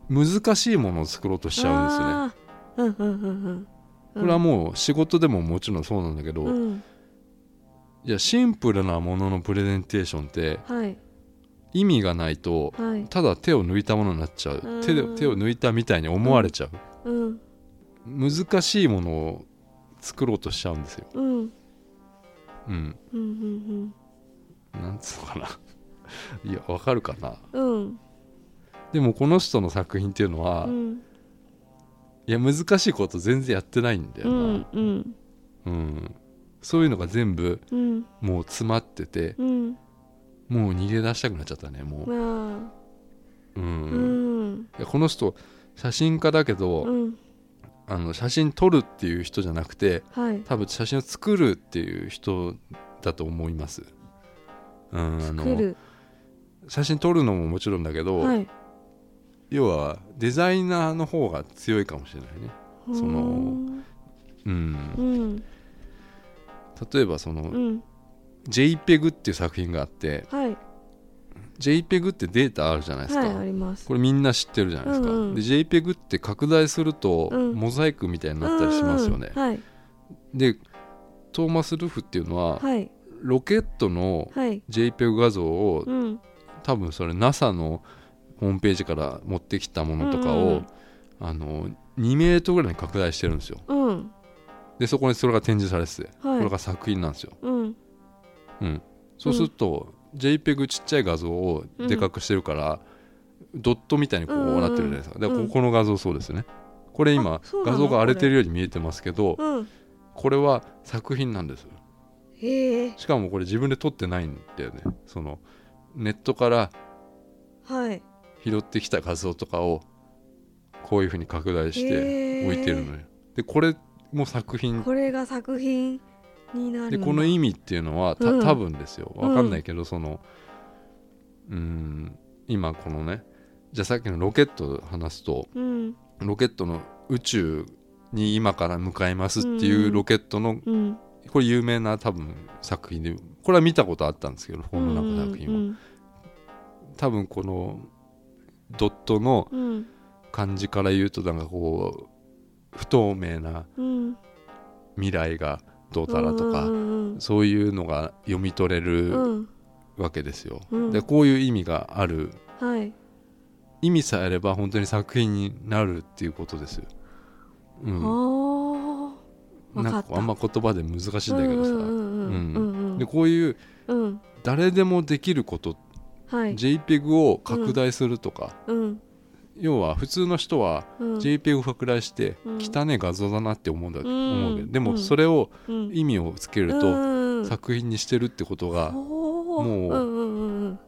[SPEAKER 2] 難しいものを作ろうとしちゃうんですよね。
[SPEAKER 1] すよねうんうんうんうん
[SPEAKER 2] これはもう仕事でももちろんそうなんだけど、
[SPEAKER 1] うん
[SPEAKER 2] いやシンプルなもののプレゼンテーションって
[SPEAKER 1] はい
[SPEAKER 2] 意味がないと
[SPEAKER 1] はい
[SPEAKER 2] ただ手を抜いたものになっちゃう、
[SPEAKER 1] うん
[SPEAKER 2] 手で手を抜いたみたいに思われちゃう、
[SPEAKER 1] うん
[SPEAKER 2] 難しいものを作ろうとしちゃうんですよ。
[SPEAKER 1] うん
[SPEAKER 2] うん、
[SPEAKER 1] うんうん
[SPEAKER 2] なんつうのかな [LAUGHS] いやわかるかな
[SPEAKER 1] うんうん
[SPEAKER 2] でもこの人の作品っていうのは、
[SPEAKER 1] うん
[SPEAKER 2] いや難しいこと全然やってないんだよ
[SPEAKER 1] う
[SPEAKER 2] な、
[SPEAKER 1] んうん
[SPEAKER 2] うんそういうのが全部
[SPEAKER 1] うん
[SPEAKER 2] もう詰まってて
[SPEAKER 1] うん
[SPEAKER 2] もう逃げ出したくなっちゃったねも
[SPEAKER 1] まあ
[SPEAKER 2] う、うん
[SPEAKER 1] うん
[SPEAKER 2] いやこの人写真家だけど、
[SPEAKER 1] うん
[SPEAKER 2] あの写真撮るっていう人じゃなくて
[SPEAKER 1] はい
[SPEAKER 2] 多分写真を作るっていう人だと思います、うん、あ
[SPEAKER 1] 作
[SPEAKER 2] の
[SPEAKER 1] る
[SPEAKER 2] 写真撮るのももちろんだけど、
[SPEAKER 1] はい
[SPEAKER 2] 要はデザイナーの方が強いかもしれないね、その
[SPEAKER 1] うん
[SPEAKER 2] う
[SPEAKER 1] う
[SPEAKER 2] ん、
[SPEAKER 1] ん
[SPEAKER 2] 例えばその、
[SPEAKER 1] うん
[SPEAKER 2] JPEG っていう作品があって
[SPEAKER 1] はい
[SPEAKER 2] JPEG ってデータあるじゃないですか、
[SPEAKER 1] はいあります
[SPEAKER 2] これみんな知ってるじゃないですか、
[SPEAKER 1] うんうん
[SPEAKER 2] で JPEG って拡大すると
[SPEAKER 1] うん
[SPEAKER 2] モザイクみたいになったりしますよね、
[SPEAKER 1] うんうんはい
[SPEAKER 2] でトーマス・ルフっていうのは、
[SPEAKER 1] はい
[SPEAKER 2] ロケットの
[SPEAKER 1] はい
[SPEAKER 2] JPEG 画像を
[SPEAKER 1] うん
[SPEAKER 2] 多分それ NASA のホームページから持ってきたものとかを、
[SPEAKER 1] うんうん
[SPEAKER 2] あの2メートルぐらいに拡大してるんですよ
[SPEAKER 1] うん
[SPEAKER 2] でそこにそれが展示されてて、
[SPEAKER 1] はい
[SPEAKER 2] これが作品なんですよ
[SPEAKER 1] うん
[SPEAKER 2] そうすると、JPEG ちっちゃい画像をでかくしてるから、ドットみたいにこ
[SPEAKER 1] うんうんう
[SPEAKER 2] うんなってるじゃないですか、で
[SPEAKER 1] うん
[SPEAKER 2] ここの画像そうですよねこれ今
[SPEAKER 1] あそうな
[SPEAKER 2] 画
[SPEAKER 1] の
[SPEAKER 2] 像が荒れてるように見えてますけど
[SPEAKER 1] うん
[SPEAKER 2] これは作品なんです
[SPEAKER 1] へえ
[SPEAKER 2] しかもこれ自分で撮ってないんだよねそのネットから
[SPEAKER 1] はい
[SPEAKER 2] 拾ってきた画像とかをこういうふうに拡大して
[SPEAKER 1] へー
[SPEAKER 2] 置いてるのよ、でこれも作品
[SPEAKER 1] これが作品になる
[SPEAKER 2] で
[SPEAKER 1] んだ
[SPEAKER 2] この意味っていうのはた
[SPEAKER 1] うん
[SPEAKER 2] 多分ですよ分かんないけど、そのうーん今このねじゃあさっきのロケット話すと
[SPEAKER 1] うん
[SPEAKER 2] ロケットの宇宙に今から向かいますっていうロケットの、
[SPEAKER 1] うん
[SPEAKER 2] これ有名な多分作品でこれは見たことあったんですけどこの中の作品は、
[SPEAKER 1] うん
[SPEAKER 2] 多分このドットの
[SPEAKER 1] うん
[SPEAKER 2] 感じから言うとなんかこう不透明な
[SPEAKER 1] うん
[SPEAKER 2] 未来がどうたらとか、
[SPEAKER 1] うん
[SPEAKER 2] そういうのが読み取れ
[SPEAKER 1] う
[SPEAKER 2] る、
[SPEAKER 1] んうん
[SPEAKER 2] わけですよ、
[SPEAKER 1] うん
[SPEAKER 2] でこういう意味がある
[SPEAKER 1] はい
[SPEAKER 2] 意味さえあれば本当に作品になるっていうことですよ、う
[SPEAKER 1] あ
[SPEAKER 2] ん、
[SPEAKER 1] ーわ
[SPEAKER 2] な
[SPEAKER 1] か
[SPEAKER 2] んか
[SPEAKER 1] っ
[SPEAKER 2] こうあ
[SPEAKER 1] た
[SPEAKER 2] んま言葉で難しいんだけどさ、
[SPEAKER 1] うんうんうんうんうん
[SPEAKER 2] でこういう
[SPEAKER 1] うん
[SPEAKER 2] 誰でもできること、
[SPEAKER 1] はい
[SPEAKER 2] JPEG を拡大するとか、
[SPEAKER 1] うん
[SPEAKER 2] 要は普通の人は
[SPEAKER 1] うん
[SPEAKER 2] JPEG を拡大して
[SPEAKER 1] うん
[SPEAKER 2] 汚ねえ画像だなって思うんだ、
[SPEAKER 1] ん
[SPEAKER 2] 思うけどで
[SPEAKER 1] う
[SPEAKER 2] も
[SPEAKER 1] ん
[SPEAKER 2] それを
[SPEAKER 1] うん
[SPEAKER 2] 意味をつける
[SPEAKER 1] う
[SPEAKER 2] と
[SPEAKER 1] ん
[SPEAKER 2] 作品にしてるってことが、
[SPEAKER 1] おー
[SPEAKER 2] もう
[SPEAKER 1] うんうんうんうん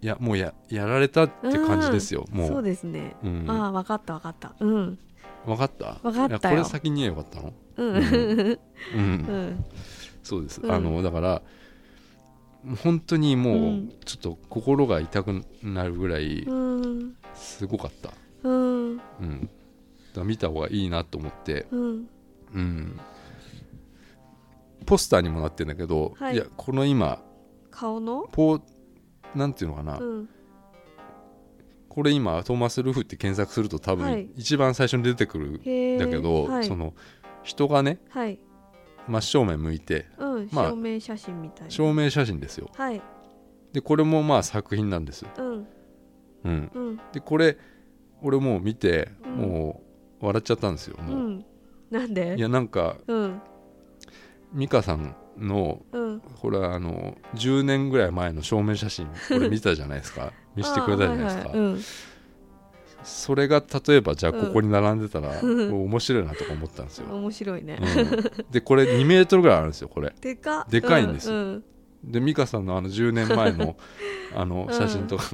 [SPEAKER 2] いやもうややられたって感じですよ、もう
[SPEAKER 1] そうですね
[SPEAKER 2] うん
[SPEAKER 1] ああわかったわかったうん
[SPEAKER 2] 分かった
[SPEAKER 1] わかったよ
[SPEAKER 2] いやこれ先に言えばよかったの
[SPEAKER 1] [LAUGHS] うん
[SPEAKER 2] うん、
[SPEAKER 1] うん
[SPEAKER 2] そうです、
[SPEAKER 1] うん
[SPEAKER 2] あのだから本当にもう、
[SPEAKER 1] うん
[SPEAKER 2] ちょっと心が痛くなるぐらい
[SPEAKER 1] うん
[SPEAKER 2] すごかった、
[SPEAKER 1] うん
[SPEAKER 2] うん、だから見た方がいいなと思って、
[SPEAKER 1] うん
[SPEAKER 2] うん、ポスターにもなってるんだけど、
[SPEAKER 1] はい
[SPEAKER 2] いやこの今
[SPEAKER 1] 顔の
[SPEAKER 2] ポーなんていうのかな、
[SPEAKER 1] うん
[SPEAKER 2] これ今トーマス・ルフって検索すると多
[SPEAKER 1] はい
[SPEAKER 2] 分一番最初に出てくる
[SPEAKER 1] へ
[SPEAKER 2] ん
[SPEAKER 1] え
[SPEAKER 2] だけど、
[SPEAKER 1] はい
[SPEAKER 2] その人がね
[SPEAKER 1] はい
[SPEAKER 2] 真正面向いて
[SPEAKER 1] うん
[SPEAKER 2] まあ
[SPEAKER 1] 証明写真みたいな
[SPEAKER 2] 証明写真ですよ
[SPEAKER 1] はい
[SPEAKER 2] でこれもまあ作品なんです、
[SPEAKER 1] うん
[SPEAKER 2] うん、
[SPEAKER 1] うん
[SPEAKER 2] でこれ俺もう見て、
[SPEAKER 1] うん
[SPEAKER 2] もう笑っちゃったんですよ
[SPEAKER 1] う
[SPEAKER 2] もう、
[SPEAKER 1] んなんで
[SPEAKER 2] いやなんか
[SPEAKER 1] うん
[SPEAKER 2] 美香さんの
[SPEAKER 1] うん
[SPEAKER 2] これはあの10年ぐらい前の証明写真これ見たじゃないですか見せてくれたじゃないですか、
[SPEAKER 1] あーははうん
[SPEAKER 2] それが例えばじゃあ
[SPEAKER 1] うん
[SPEAKER 2] ここに並んでたら、もう面白いなとか思ったんで
[SPEAKER 1] [LAUGHS]
[SPEAKER 2] すよ、
[SPEAKER 1] 面白いね、
[SPEAKER 2] うんでこれ2メートルぐらいあるんですよこれ
[SPEAKER 1] でか
[SPEAKER 2] でかいんですよ
[SPEAKER 1] うんうん
[SPEAKER 2] で美香さんのあの10年前のあの
[SPEAKER 1] うん
[SPEAKER 2] 写真とか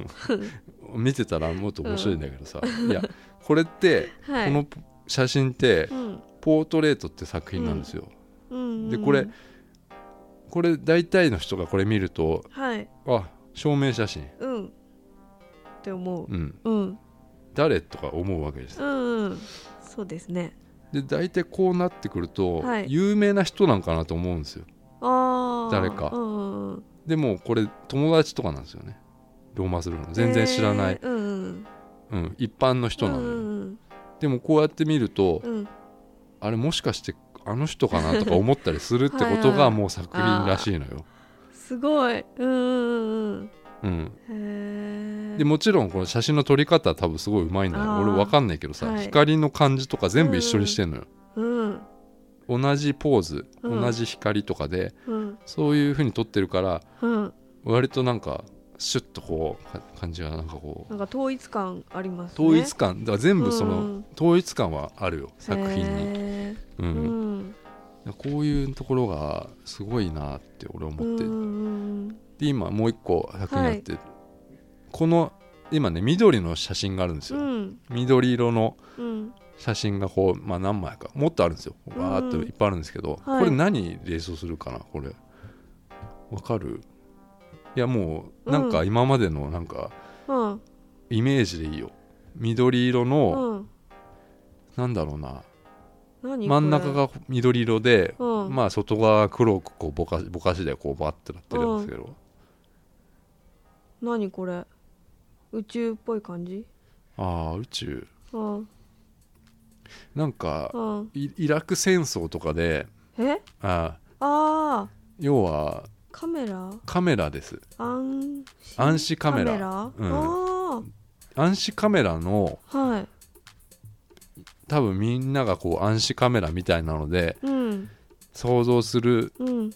[SPEAKER 2] も見てたらもっと面白いんだけどさ、いやこれって、
[SPEAKER 1] はい
[SPEAKER 2] この写真って
[SPEAKER 1] うん
[SPEAKER 2] 「ポートレート」って作品なんですよ、
[SPEAKER 1] うんうん
[SPEAKER 2] でこれこれ大体の人がこれ見ると
[SPEAKER 1] はい
[SPEAKER 2] あ証明写真、
[SPEAKER 1] うんって思う
[SPEAKER 2] うん、
[SPEAKER 1] うん
[SPEAKER 2] 誰とか思うわけです
[SPEAKER 1] うんうんそうですね
[SPEAKER 2] で大体こうなってくると、
[SPEAKER 1] はい
[SPEAKER 2] 有名な人なんかなと思うんですよ
[SPEAKER 1] ああ
[SPEAKER 2] 誰か
[SPEAKER 1] うんうんうん
[SPEAKER 2] でもこれ友達とかなんですよねローマするの全然知らない、
[SPEAKER 1] えーうんうん
[SPEAKER 2] うん、一般の人なの
[SPEAKER 1] う
[SPEAKER 2] よ、
[SPEAKER 1] ん
[SPEAKER 2] でもこうやって見ると、
[SPEAKER 1] うんうん
[SPEAKER 2] あれもしかしてあの人かなとか思ったりするってこと
[SPEAKER 1] はいは
[SPEAKER 2] が
[SPEAKER 1] い
[SPEAKER 2] もう作品らしいのよ、
[SPEAKER 1] すごいうんうんう
[SPEAKER 2] うん、
[SPEAKER 1] んうんへえ
[SPEAKER 2] でもちろんこの写真の撮り方は多分すごいうまいんだ
[SPEAKER 1] あ
[SPEAKER 2] よ
[SPEAKER 1] ー
[SPEAKER 2] 俺わかんないけどさ、
[SPEAKER 1] はい
[SPEAKER 2] 光の感じとか全部一緒にしてんのよ、
[SPEAKER 1] うん
[SPEAKER 2] 同じポーズ、
[SPEAKER 1] うん
[SPEAKER 2] 同じ光とかで
[SPEAKER 1] うん
[SPEAKER 2] そういう風に撮ってるから
[SPEAKER 1] うん
[SPEAKER 2] 割となんかシュッとこうか感じがなんかこう
[SPEAKER 1] なんか統一感ありますね
[SPEAKER 2] 統一感、だから全部その、
[SPEAKER 1] うん
[SPEAKER 2] 統一感はあるよ作品に、
[SPEAKER 1] へー
[SPEAKER 2] う
[SPEAKER 1] うんん
[SPEAKER 2] こういうところがすごいなって俺思って、
[SPEAKER 1] うんうん
[SPEAKER 2] で今もう一個作品あって、この今ね緑の写真があるんです
[SPEAKER 1] う
[SPEAKER 2] よ、
[SPEAKER 1] ん
[SPEAKER 2] 緑色の
[SPEAKER 1] うん
[SPEAKER 2] 写真がこう、まあ、何枚かもっとあるんですよ
[SPEAKER 1] ん
[SPEAKER 2] わーっといっぱいあるんですけど、
[SPEAKER 1] はい
[SPEAKER 2] これ何連想するかなこれわかるいやもうなんか
[SPEAKER 1] う
[SPEAKER 2] 今までのなんか
[SPEAKER 1] うん
[SPEAKER 2] イメージでいいよ緑色
[SPEAKER 1] う
[SPEAKER 2] の、
[SPEAKER 1] んうん
[SPEAKER 2] なんだろうな
[SPEAKER 1] 何
[SPEAKER 2] 真ん中が緑色で、
[SPEAKER 1] うん
[SPEAKER 2] まあ外側が黒くこうぼかぼかしでこうバッてなってるんですけど、
[SPEAKER 1] 何これ宇宙っぽい感じ
[SPEAKER 2] ああ宇宙
[SPEAKER 1] うん
[SPEAKER 2] なんか
[SPEAKER 1] うん
[SPEAKER 2] イイラク戦争とかで
[SPEAKER 1] え
[SPEAKER 2] あ
[SPEAKER 1] ああ
[SPEAKER 2] 要は
[SPEAKER 1] カメラ
[SPEAKER 2] カメラです
[SPEAKER 1] 暗視
[SPEAKER 2] 暗視カメラうん
[SPEAKER 1] あ
[SPEAKER 2] 暗視カメラの
[SPEAKER 1] あはい
[SPEAKER 2] 多分みんながこう暗視カメラみたいなので
[SPEAKER 1] うん
[SPEAKER 2] 想像する
[SPEAKER 1] うん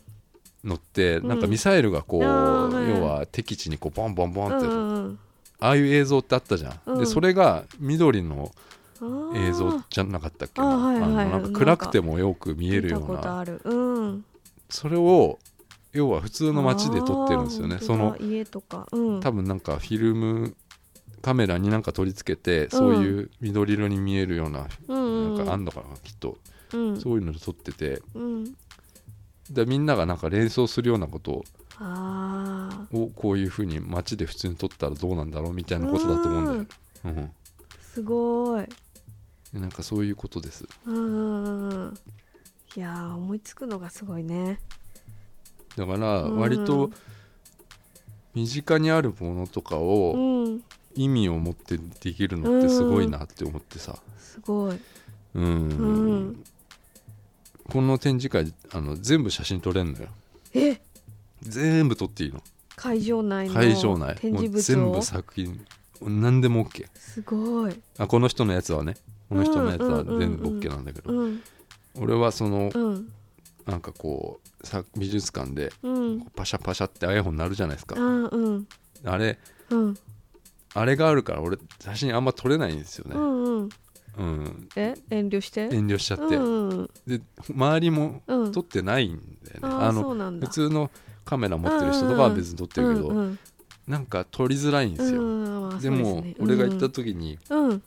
[SPEAKER 2] のって
[SPEAKER 1] うん
[SPEAKER 2] なんかミサイルがこう、
[SPEAKER 1] あーはいはい
[SPEAKER 2] 要は敵地にこうボンボンボン
[SPEAKER 1] う
[SPEAKER 2] って、
[SPEAKER 1] ん
[SPEAKER 2] ああいう映像ってあったじゃん、
[SPEAKER 1] うん
[SPEAKER 2] でそれが緑の
[SPEAKER 1] うん
[SPEAKER 2] 映像じゃなかったっけ
[SPEAKER 1] あ
[SPEAKER 2] な
[SPEAKER 1] ーはいはい
[SPEAKER 2] あのなんか暗くてもよく見えるよ
[SPEAKER 1] 見た
[SPEAKER 2] う
[SPEAKER 1] こと
[SPEAKER 2] な
[SPEAKER 1] あるうん
[SPEAKER 2] それを要は普通の街で撮ってるんですよね
[SPEAKER 1] あー
[SPEAKER 2] その
[SPEAKER 1] 本当だ家とかうん
[SPEAKER 2] 多分なんかフィルムカメラになんか取り付けて、そういう緑色に見えるような
[SPEAKER 1] うん
[SPEAKER 2] なんかあんのかなきっと、
[SPEAKER 1] うん
[SPEAKER 2] そういうので撮ってて
[SPEAKER 1] うん
[SPEAKER 2] でみんながなんか連想するようなこと
[SPEAKER 1] あ
[SPEAKER 2] をこういうふうに街で普通に撮ったらどうなんだろうみたいなことだと思うんだよね、うん
[SPEAKER 1] あすごい
[SPEAKER 2] なんかそういうことです
[SPEAKER 1] うんうんうんいやー思いつくのがすごいね
[SPEAKER 2] だから
[SPEAKER 1] うん
[SPEAKER 2] 割と身近にあるものとか
[SPEAKER 1] う
[SPEAKER 2] を
[SPEAKER 1] ん
[SPEAKER 2] 意味を持ってできるのってすごいなって思ってさ、
[SPEAKER 1] すごい
[SPEAKER 2] うん
[SPEAKER 1] うん
[SPEAKER 2] この展示会あの全部写真撮れんのよ
[SPEAKER 1] え
[SPEAKER 2] 全部撮っていいの
[SPEAKER 1] 会場内の
[SPEAKER 2] 会場内
[SPEAKER 1] 展
[SPEAKER 2] も
[SPEAKER 1] 示
[SPEAKER 2] う
[SPEAKER 1] 物
[SPEAKER 2] 全
[SPEAKER 1] を
[SPEAKER 2] 部作品何でも OK
[SPEAKER 1] すごい
[SPEAKER 2] あこの人のやつはねこの人のやつは
[SPEAKER 1] うんうんうんうん
[SPEAKER 2] 全部 OK なんだけど、
[SPEAKER 1] うん
[SPEAKER 2] 俺はその
[SPEAKER 1] うん
[SPEAKER 2] なんかこうさ美術館で
[SPEAKER 1] うん
[SPEAKER 2] パシャパシャって iPhone なるじゃないです
[SPEAKER 1] あ
[SPEAKER 2] か
[SPEAKER 1] ーうん
[SPEAKER 2] あれ
[SPEAKER 1] うん
[SPEAKER 2] あれがあるから俺写真あんま撮れないんですよ
[SPEAKER 1] う
[SPEAKER 2] ね、
[SPEAKER 1] んうん
[SPEAKER 2] うん、
[SPEAKER 1] え遠慮して
[SPEAKER 2] 遠慮しちゃっ
[SPEAKER 1] う
[SPEAKER 2] て、
[SPEAKER 1] んうん
[SPEAKER 2] で周りも
[SPEAKER 1] うん
[SPEAKER 2] 撮ってないんだよね、
[SPEAKER 1] あ
[SPEAKER 2] あ
[SPEAKER 1] ー
[SPEAKER 2] の
[SPEAKER 1] そうなんだ
[SPEAKER 2] 普通のカメラ持ってる人とかは別に撮ってるけど、
[SPEAKER 1] うんうん
[SPEAKER 2] なんか撮りづらいんですよ、
[SPEAKER 1] うんまあ
[SPEAKER 2] で
[SPEAKER 1] そう
[SPEAKER 2] も
[SPEAKER 1] ね
[SPEAKER 2] 俺が行った時に
[SPEAKER 1] うん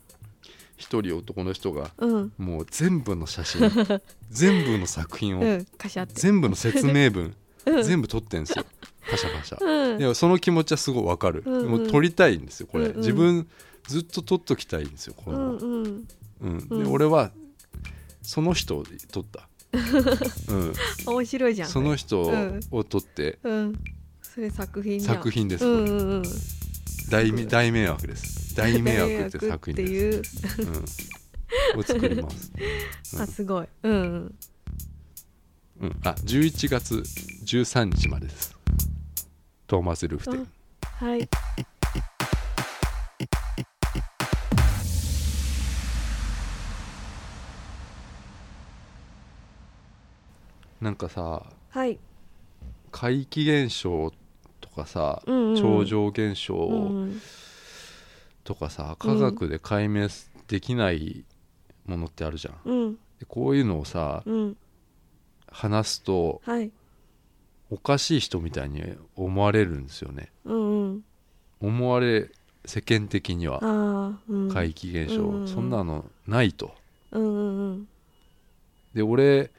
[SPEAKER 2] 一人男の人が
[SPEAKER 1] うん
[SPEAKER 2] もう全部の
[SPEAKER 1] [LAUGHS]
[SPEAKER 2] 写真全部の作品
[SPEAKER 1] う
[SPEAKER 2] を
[SPEAKER 1] んカシャって
[SPEAKER 2] 全部の説明文全部撮ってんですよパシャパシャ
[SPEAKER 1] うん
[SPEAKER 2] [LAUGHS] いやその気持ちはすごいわかる
[SPEAKER 1] うんうん
[SPEAKER 2] もう撮りたいんですよこ
[SPEAKER 1] うん
[SPEAKER 2] れ
[SPEAKER 1] うん
[SPEAKER 2] 自分ずっと撮っときたいんですよこ
[SPEAKER 1] うん
[SPEAKER 2] の
[SPEAKER 1] うん
[SPEAKER 2] うん
[SPEAKER 1] う
[SPEAKER 2] で
[SPEAKER 1] ん
[SPEAKER 2] 俺はその人を撮
[SPEAKER 1] [LAUGHS]
[SPEAKER 2] った、う
[SPEAKER 1] 面白いじゃ
[SPEAKER 2] ん、
[SPEAKER 1] ん
[SPEAKER 2] その人を撮って
[SPEAKER 1] うんそれ作品じゃん
[SPEAKER 2] 作品です
[SPEAKER 1] う
[SPEAKER 2] こ
[SPEAKER 1] ん
[SPEAKER 2] れ
[SPEAKER 1] うんうん
[SPEAKER 2] 大み大迷惑です大迷惑って作品です
[SPEAKER 1] 大迷惑っていう
[SPEAKER 2] うんを作りますうん
[SPEAKER 1] あすごいうんうん
[SPEAKER 2] うん、あ11月13日までですトーマス・ルフ展
[SPEAKER 1] はい
[SPEAKER 2] なんかさ
[SPEAKER 1] はい
[SPEAKER 2] 怪奇現象とかさ、
[SPEAKER 1] うんうんうん
[SPEAKER 2] 超常現象
[SPEAKER 1] うん
[SPEAKER 2] とかさ科学で解明できないものってあるじゃん、
[SPEAKER 1] うん
[SPEAKER 2] でこういうのをさ
[SPEAKER 1] うん
[SPEAKER 2] 話すと
[SPEAKER 1] はい
[SPEAKER 2] おかしい人みたいに思われるんですよね
[SPEAKER 1] うんうん
[SPEAKER 2] 思われ世間的には
[SPEAKER 1] ああうん
[SPEAKER 2] 怪奇現象、
[SPEAKER 1] うん
[SPEAKER 2] そんなのないと
[SPEAKER 1] うんうんうん
[SPEAKER 2] で俺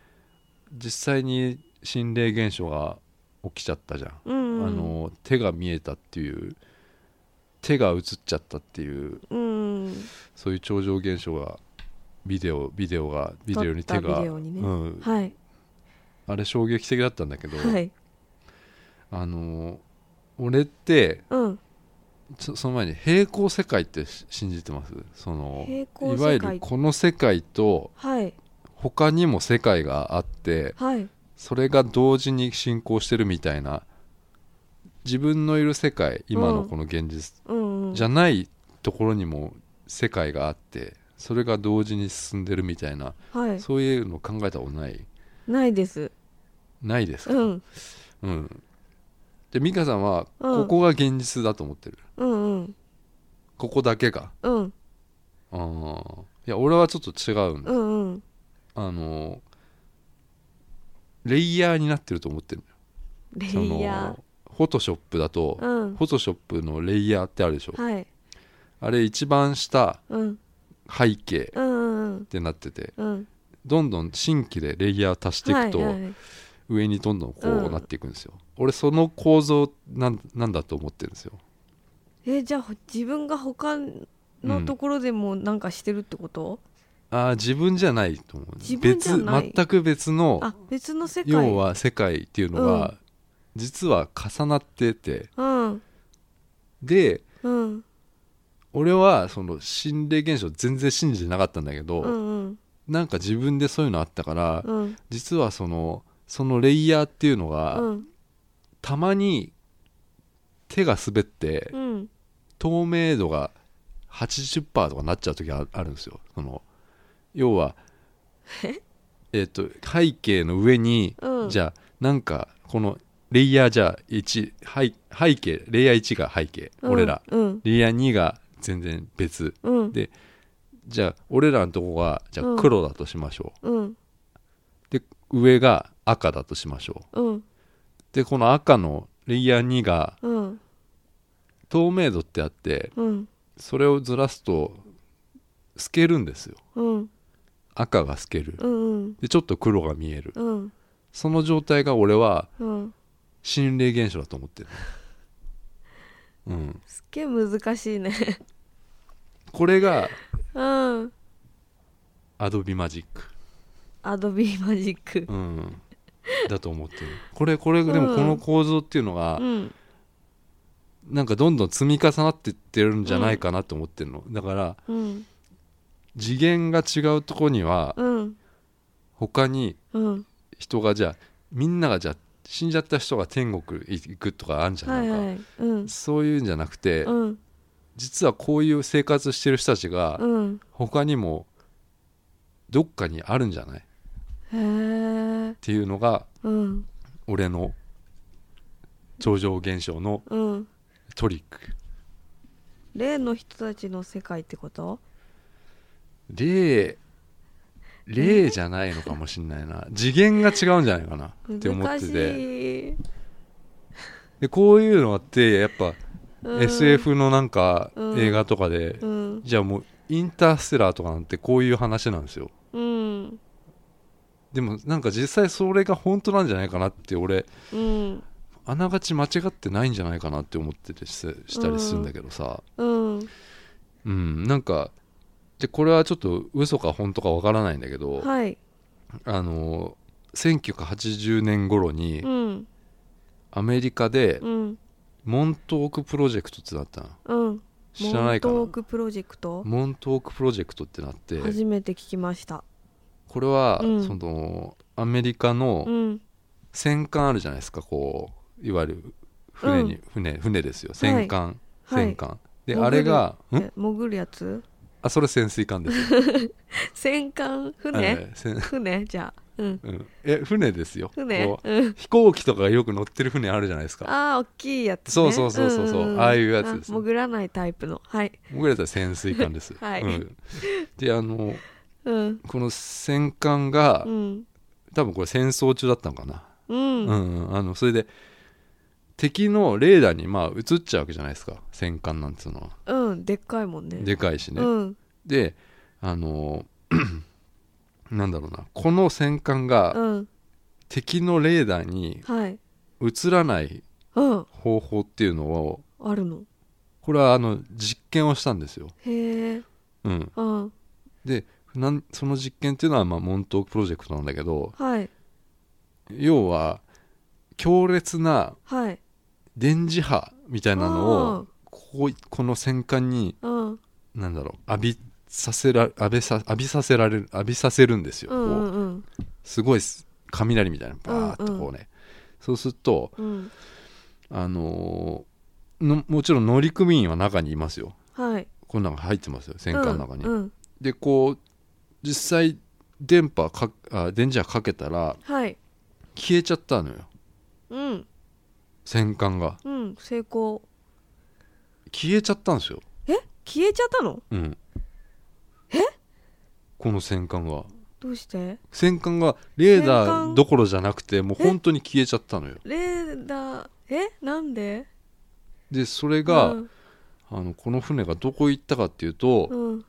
[SPEAKER 2] 実際に心霊現象が起きちゃったじゃん、
[SPEAKER 1] うんうん
[SPEAKER 2] あの手が見えたっていう手が映っちゃったっていう
[SPEAKER 1] うん
[SPEAKER 2] そういう超常現象がビデオビデオがビデオに手
[SPEAKER 1] 撮った
[SPEAKER 2] が、
[SPEAKER 1] ビデオにね
[SPEAKER 2] うん、
[SPEAKER 1] はい
[SPEAKER 2] あれ衝撃的だったんだけど、
[SPEAKER 1] はい
[SPEAKER 2] あの俺って
[SPEAKER 1] うん
[SPEAKER 2] そその前に平行世界ってし信じてますその
[SPEAKER 1] 平行世
[SPEAKER 2] い
[SPEAKER 1] 界
[SPEAKER 2] わゆるこの世界と
[SPEAKER 1] はい
[SPEAKER 2] 他にも世界があって
[SPEAKER 1] はい
[SPEAKER 2] それが同時に進行してるみたいな自分のいる世界今のこの現実
[SPEAKER 1] うんうん
[SPEAKER 2] じゃないところにも世界があってそれが同時に進んでるみたいな
[SPEAKER 1] はい
[SPEAKER 2] そういうの考えたことない
[SPEAKER 1] ないです
[SPEAKER 2] ないですか
[SPEAKER 1] うん
[SPEAKER 2] うんで美香さんは
[SPEAKER 1] うん
[SPEAKER 2] ここが現実だと思ってる、
[SPEAKER 1] うんうん
[SPEAKER 2] ここだけが
[SPEAKER 1] うん
[SPEAKER 2] あーいや俺はちょっと違うんだ、
[SPEAKER 1] うんうん
[SPEAKER 2] あのレイヤーになってると思ってる
[SPEAKER 1] レ
[SPEAKER 2] そ
[SPEAKER 1] イヤ
[SPEAKER 2] のフォトショップだと、
[SPEAKER 1] ーうん
[SPEAKER 2] フォトショップのレイヤーってあるでしょ、
[SPEAKER 1] はい
[SPEAKER 2] あれ一番下
[SPEAKER 1] うん
[SPEAKER 2] 背景
[SPEAKER 1] うんうん
[SPEAKER 2] ってなってて
[SPEAKER 1] うん
[SPEAKER 2] どんどん新規でレイヤー足していくと、
[SPEAKER 1] はいはい
[SPEAKER 2] 上にどんどんこ
[SPEAKER 1] う
[SPEAKER 2] うんなっていくんですよ、俺その構造なんなんだと思ってるんですよ
[SPEAKER 1] えじゃあほ自分が他のところでもなんかしてるってこと、
[SPEAKER 2] ああ自分じゃないと思う
[SPEAKER 1] 自分じゃない
[SPEAKER 2] 別全く別の
[SPEAKER 1] あ別の世界
[SPEAKER 2] 要は世界っていうの
[SPEAKER 1] う
[SPEAKER 2] は実は重なってて
[SPEAKER 1] うん
[SPEAKER 2] で
[SPEAKER 1] うん
[SPEAKER 2] 俺はその心霊現象全然信じてなかったんだけど、
[SPEAKER 1] うんうん
[SPEAKER 2] なんか自分でそういうのあったから、
[SPEAKER 1] うん
[SPEAKER 2] 実はそのそのレイヤーっていうのが、
[SPEAKER 1] うん
[SPEAKER 2] たまに手が滑って
[SPEAKER 1] うん
[SPEAKER 2] 透明度が80%とかなっちゃう時がああるんですよその要はえっと背景の上に、
[SPEAKER 1] うん
[SPEAKER 2] じゃあなんかこのレイヤーじゃあ1背背景レイヤー1が背景、
[SPEAKER 1] うん
[SPEAKER 2] 俺ら
[SPEAKER 1] うん
[SPEAKER 2] レイヤー2が全然別
[SPEAKER 1] うん
[SPEAKER 2] でじゃあ俺らのとこがじゃ
[SPEAKER 1] うん
[SPEAKER 2] あ黒だとしましょ
[SPEAKER 1] うん
[SPEAKER 2] う、で上が赤だとしましょう
[SPEAKER 1] うん
[SPEAKER 2] でこの赤のレイヤー2が
[SPEAKER 1] うん
[SPEAKER 2] 透明度ってあって
[SPEAKER 1] うん
[SPEAKER 2] それをずらすと透けるんですよ
[SPEAKER 1] うん
[SPEAKER 2] 赤が透ける
[SPEAKER 1] うん
[SPEAKER 2] でちょっと黒が見える
[SPEAKER 1] うん
[SPEAKER 2] その状態が俺は
[SPEAKER 1] うん
[SPEAKER 2] 心霊現象だと思ってるうん
[SPEAKER 1] すっげえ難しいね
[SPEAKER 2] これが
[SPEAKER 1] うん
[SPEAKER 2] アドビマジック、
[SPEAKER 1] アドビーマジック
[SPEAKER 2] うん、だと思ってるこれこれ
[SPEAKER 1] ん
[SPEAKER 2] でもこの構造っていうのが
[SPEAKER 1] うん
[SPEAKER 2] なんかどんどん積み重なってってるんじゃないかなと思ってるのだから
[SPEAKER 1] うん
[SPEAKER 2] 次元が違うとこには
[SPEAKER 1] うん
[SPEAKER 2] 他に
[SPEAKER 1] うん
[SPEAKER 2] 人がじゃあみんながじゃあ死んじゃった人が天国行くとかあるんじゃんな
[SPEAKER 1] はいい
[SPEAKER 2] か、
[SPEAKER 1] はいうん
[SPEAKER 2] そういうんじゃなくて、
[SPEAKER 1] うん
[SPEAKER 2] 実はこういう生活してる人たちが
[SPEAKER 1] うん
[SPEAKER 2] 他にもどっかにあるんじゃないっ
[SPEAKER 1] へえ
[SPEAKER 2] ていうのが
[SPEAKER 1] うん
[SPEAKER 2] 俺の超常現象の
[SPEAKER 1] うん
[SPEAKER 2] トリック
[SPEAKER 1] 例の人たちの世界ってこと
[SPEAKER 2] 例例じゃないのかもしんないな次元が違うんじゃないかなって思っ
[SPEAKER 1] 難
[SPEAKER 2] て
[SPEAKER 1] してい
[SPEAKER 2] でこういうのってやっぱ
[SPEAKER 1] うん
[SPEAKER 2] SF のなんか
[SPEAKER 1] うん
[SPEAKER 2] 映画とかで
[SPEAKER 1] うん
[SPEAKER 2] じゃあもうインターステラーとかなんてこういう話なんですよ
[SPEAKER 1] うん
[SPEAKER 2] でもなんか実際それが本当なんじゃないかなって俺
[SPEAKER 1] うん
[SPEAKER 2] あながち間違ってないんじゃないかなって思っててししたりするんだけどさ、
[SPEAKER 1] うん
[SPEAKER 2] うんなんかでこれはちょっと嘘か本当かわからないんだけど、
[SPEAKER 1] はい
[SPEAKER 2] あの1980年頃に
[SPEAKER 1] うん
[SPEAKER 2] アメリカで
[SPEAKER 1] うん
[SPEAKER 2] モントークプロジェクトってなったの
[SPEAKER 1] うん
[SPEAKER 2] 知らないかな
[SPEAKER 1] モントークプロジェクト
[SPEAKER 2] モントークプロジェクトってなって
[SPEAKER 1] 初めて聞きました
[SPEAKER 2] これは、
[SPEAKER 1] うん
[SPEAKER 2] そのアメリカ
[SPEAKER 1] う
[SPEAKER 2] の
[SPEAKER 1] ん
[SPEAKER 2] 戦艦あるじゃないですかこういわゆる船に、船船ですよ戦艦、
[SPEAKER 1] はい
[SPEAKER 2] 戦艦で
[SPEAKER 1] 潜る
[SPEAKER 2] あれがん
[SPEAKER 1] え潜るやつ
[SPEAKER 2] あそれ潜水艦ですよ、
[SPEAKER 1] 戦艦船、
[SPEAKER 2] えーせん
[SPEAKER 1] 船じゃあうん
[SPEAKER 2] うん、え船ですよ
[SPEAKER 1] 船
[SPEAKER 2] こう
[SPEAKER 1] うん
[SPEAKER 2] 飛行機とかがよく乗ってる船あるじゃないですか
[SPEAKER 1] ああ大きいやつね
[SPEAKER 2] そうそうそうそうそうん
[SPEAKER 1] んん
[SPEAKER 2] ああいうやつです
[SPEAKER 1] あ潜らないタイプのはい
[SPEAKER 2] 僕らだったら潜水艦です
[SPEAKER 1] [LAUGHS] はい
[SPEAKER 2] うん、であの
[SPEAKER 1] うん
[SPEAKER 2] この戦艦が、
[SPEAKER 1] うん
[SPEAKER 2] 多分これ戦争中だったのかな、
[SPEAKER 1] うん
[SPEAKER 2] う
[SPEAKER 1] うん
[SPEAKER 2] んうんあのそれで敵のレーダーにまあ映っちゃうわけじゃないですか戦艦なんていうのは
[SPEAKER 1] でっかいもんね
[SPEAKER 2] でかいしね、
[SPEAKER 1] うん
[SPEAKER 2] であの [CLEARS THROAT] なんだろうなこの戦艦が
[SPEAKER 1] うん
[SPEAKER 2] 敵のレーダーに
[SPEAKER 1] はい
[SPEAKER 2] 映らない
[SPEAKER 1] うん
[SPEAKER 2] 方法っていうのを
[SPEAKER 1] あるの
[SPEAKER 2] これはあの実験をしたんですよ、
[SPEAKER 1] へえ
[SPEAKER 2] うん、
[SPEAKER 1] うん
[SPEAKER 2] でなんその実験っていうのはまあモントークプロジェクトなんだけど
[SPEAKER 1] はい
[SPEAKER 2] 要は強烈な
[SPEAKER 1] はい
[SPEAKER 2] 電磁波みたいなの
[SPEAKER 1] あー
[SPEAKER 2] をこうこの戦艦に
[SPEAKER 1] うん
[SPEAKER 2] なんだろう浴びさせら浴びさ浴びさせられる浴びさせるんですよ、
[SPEAKER 1] うんう
[SPEAKER 2] こ
[SPEAKER 1] んうん
[SPEAKER 2] うすごいす雷みたいなのバーッとこうね、そうすると
[SPEAKER 1] うん
[SPEAKER 2] あのーのもちろん乗組員は中にいますよ
[SPEAKER 1] はい
[SPEAKER 2] こんなのが入ってますよ戦艦の中に、
[SPEAKER 1] うんうん
[SPEAKER 2] でこう実際電波かあ電磁波かけたら
[SPEAKER 1] はい
[SPEAKER 2] 消えちゃったのよ
[SPEAKER 1] うん
[SPEAKER 2] 戦艦が
[SPEAKER 1] うん成功
[SPEAKER 2] 消えちゃったんですよ、
[SPEAKER 1] え消えちゃったの
[SPEAKER 2] うん、この戦艦が
[SPEAKER 1] どうして
[SPEAKER 2] 戦艦がレー
[SPEAKER 1] 戦
[SPEAKER 2] ダー
[SPEAKER 1] 艦
[SPEAKER 2] どころじゃなくてもう本当に消えちゃったのよ
[SPEAKER 1] レーダーえなんで
[SPEAKER 2] でそれが、
[SPEAKER 1] うん
[SPEAKER 2] あのこの船がどこ行ったかっていうと、
[SPEAKER 1] うん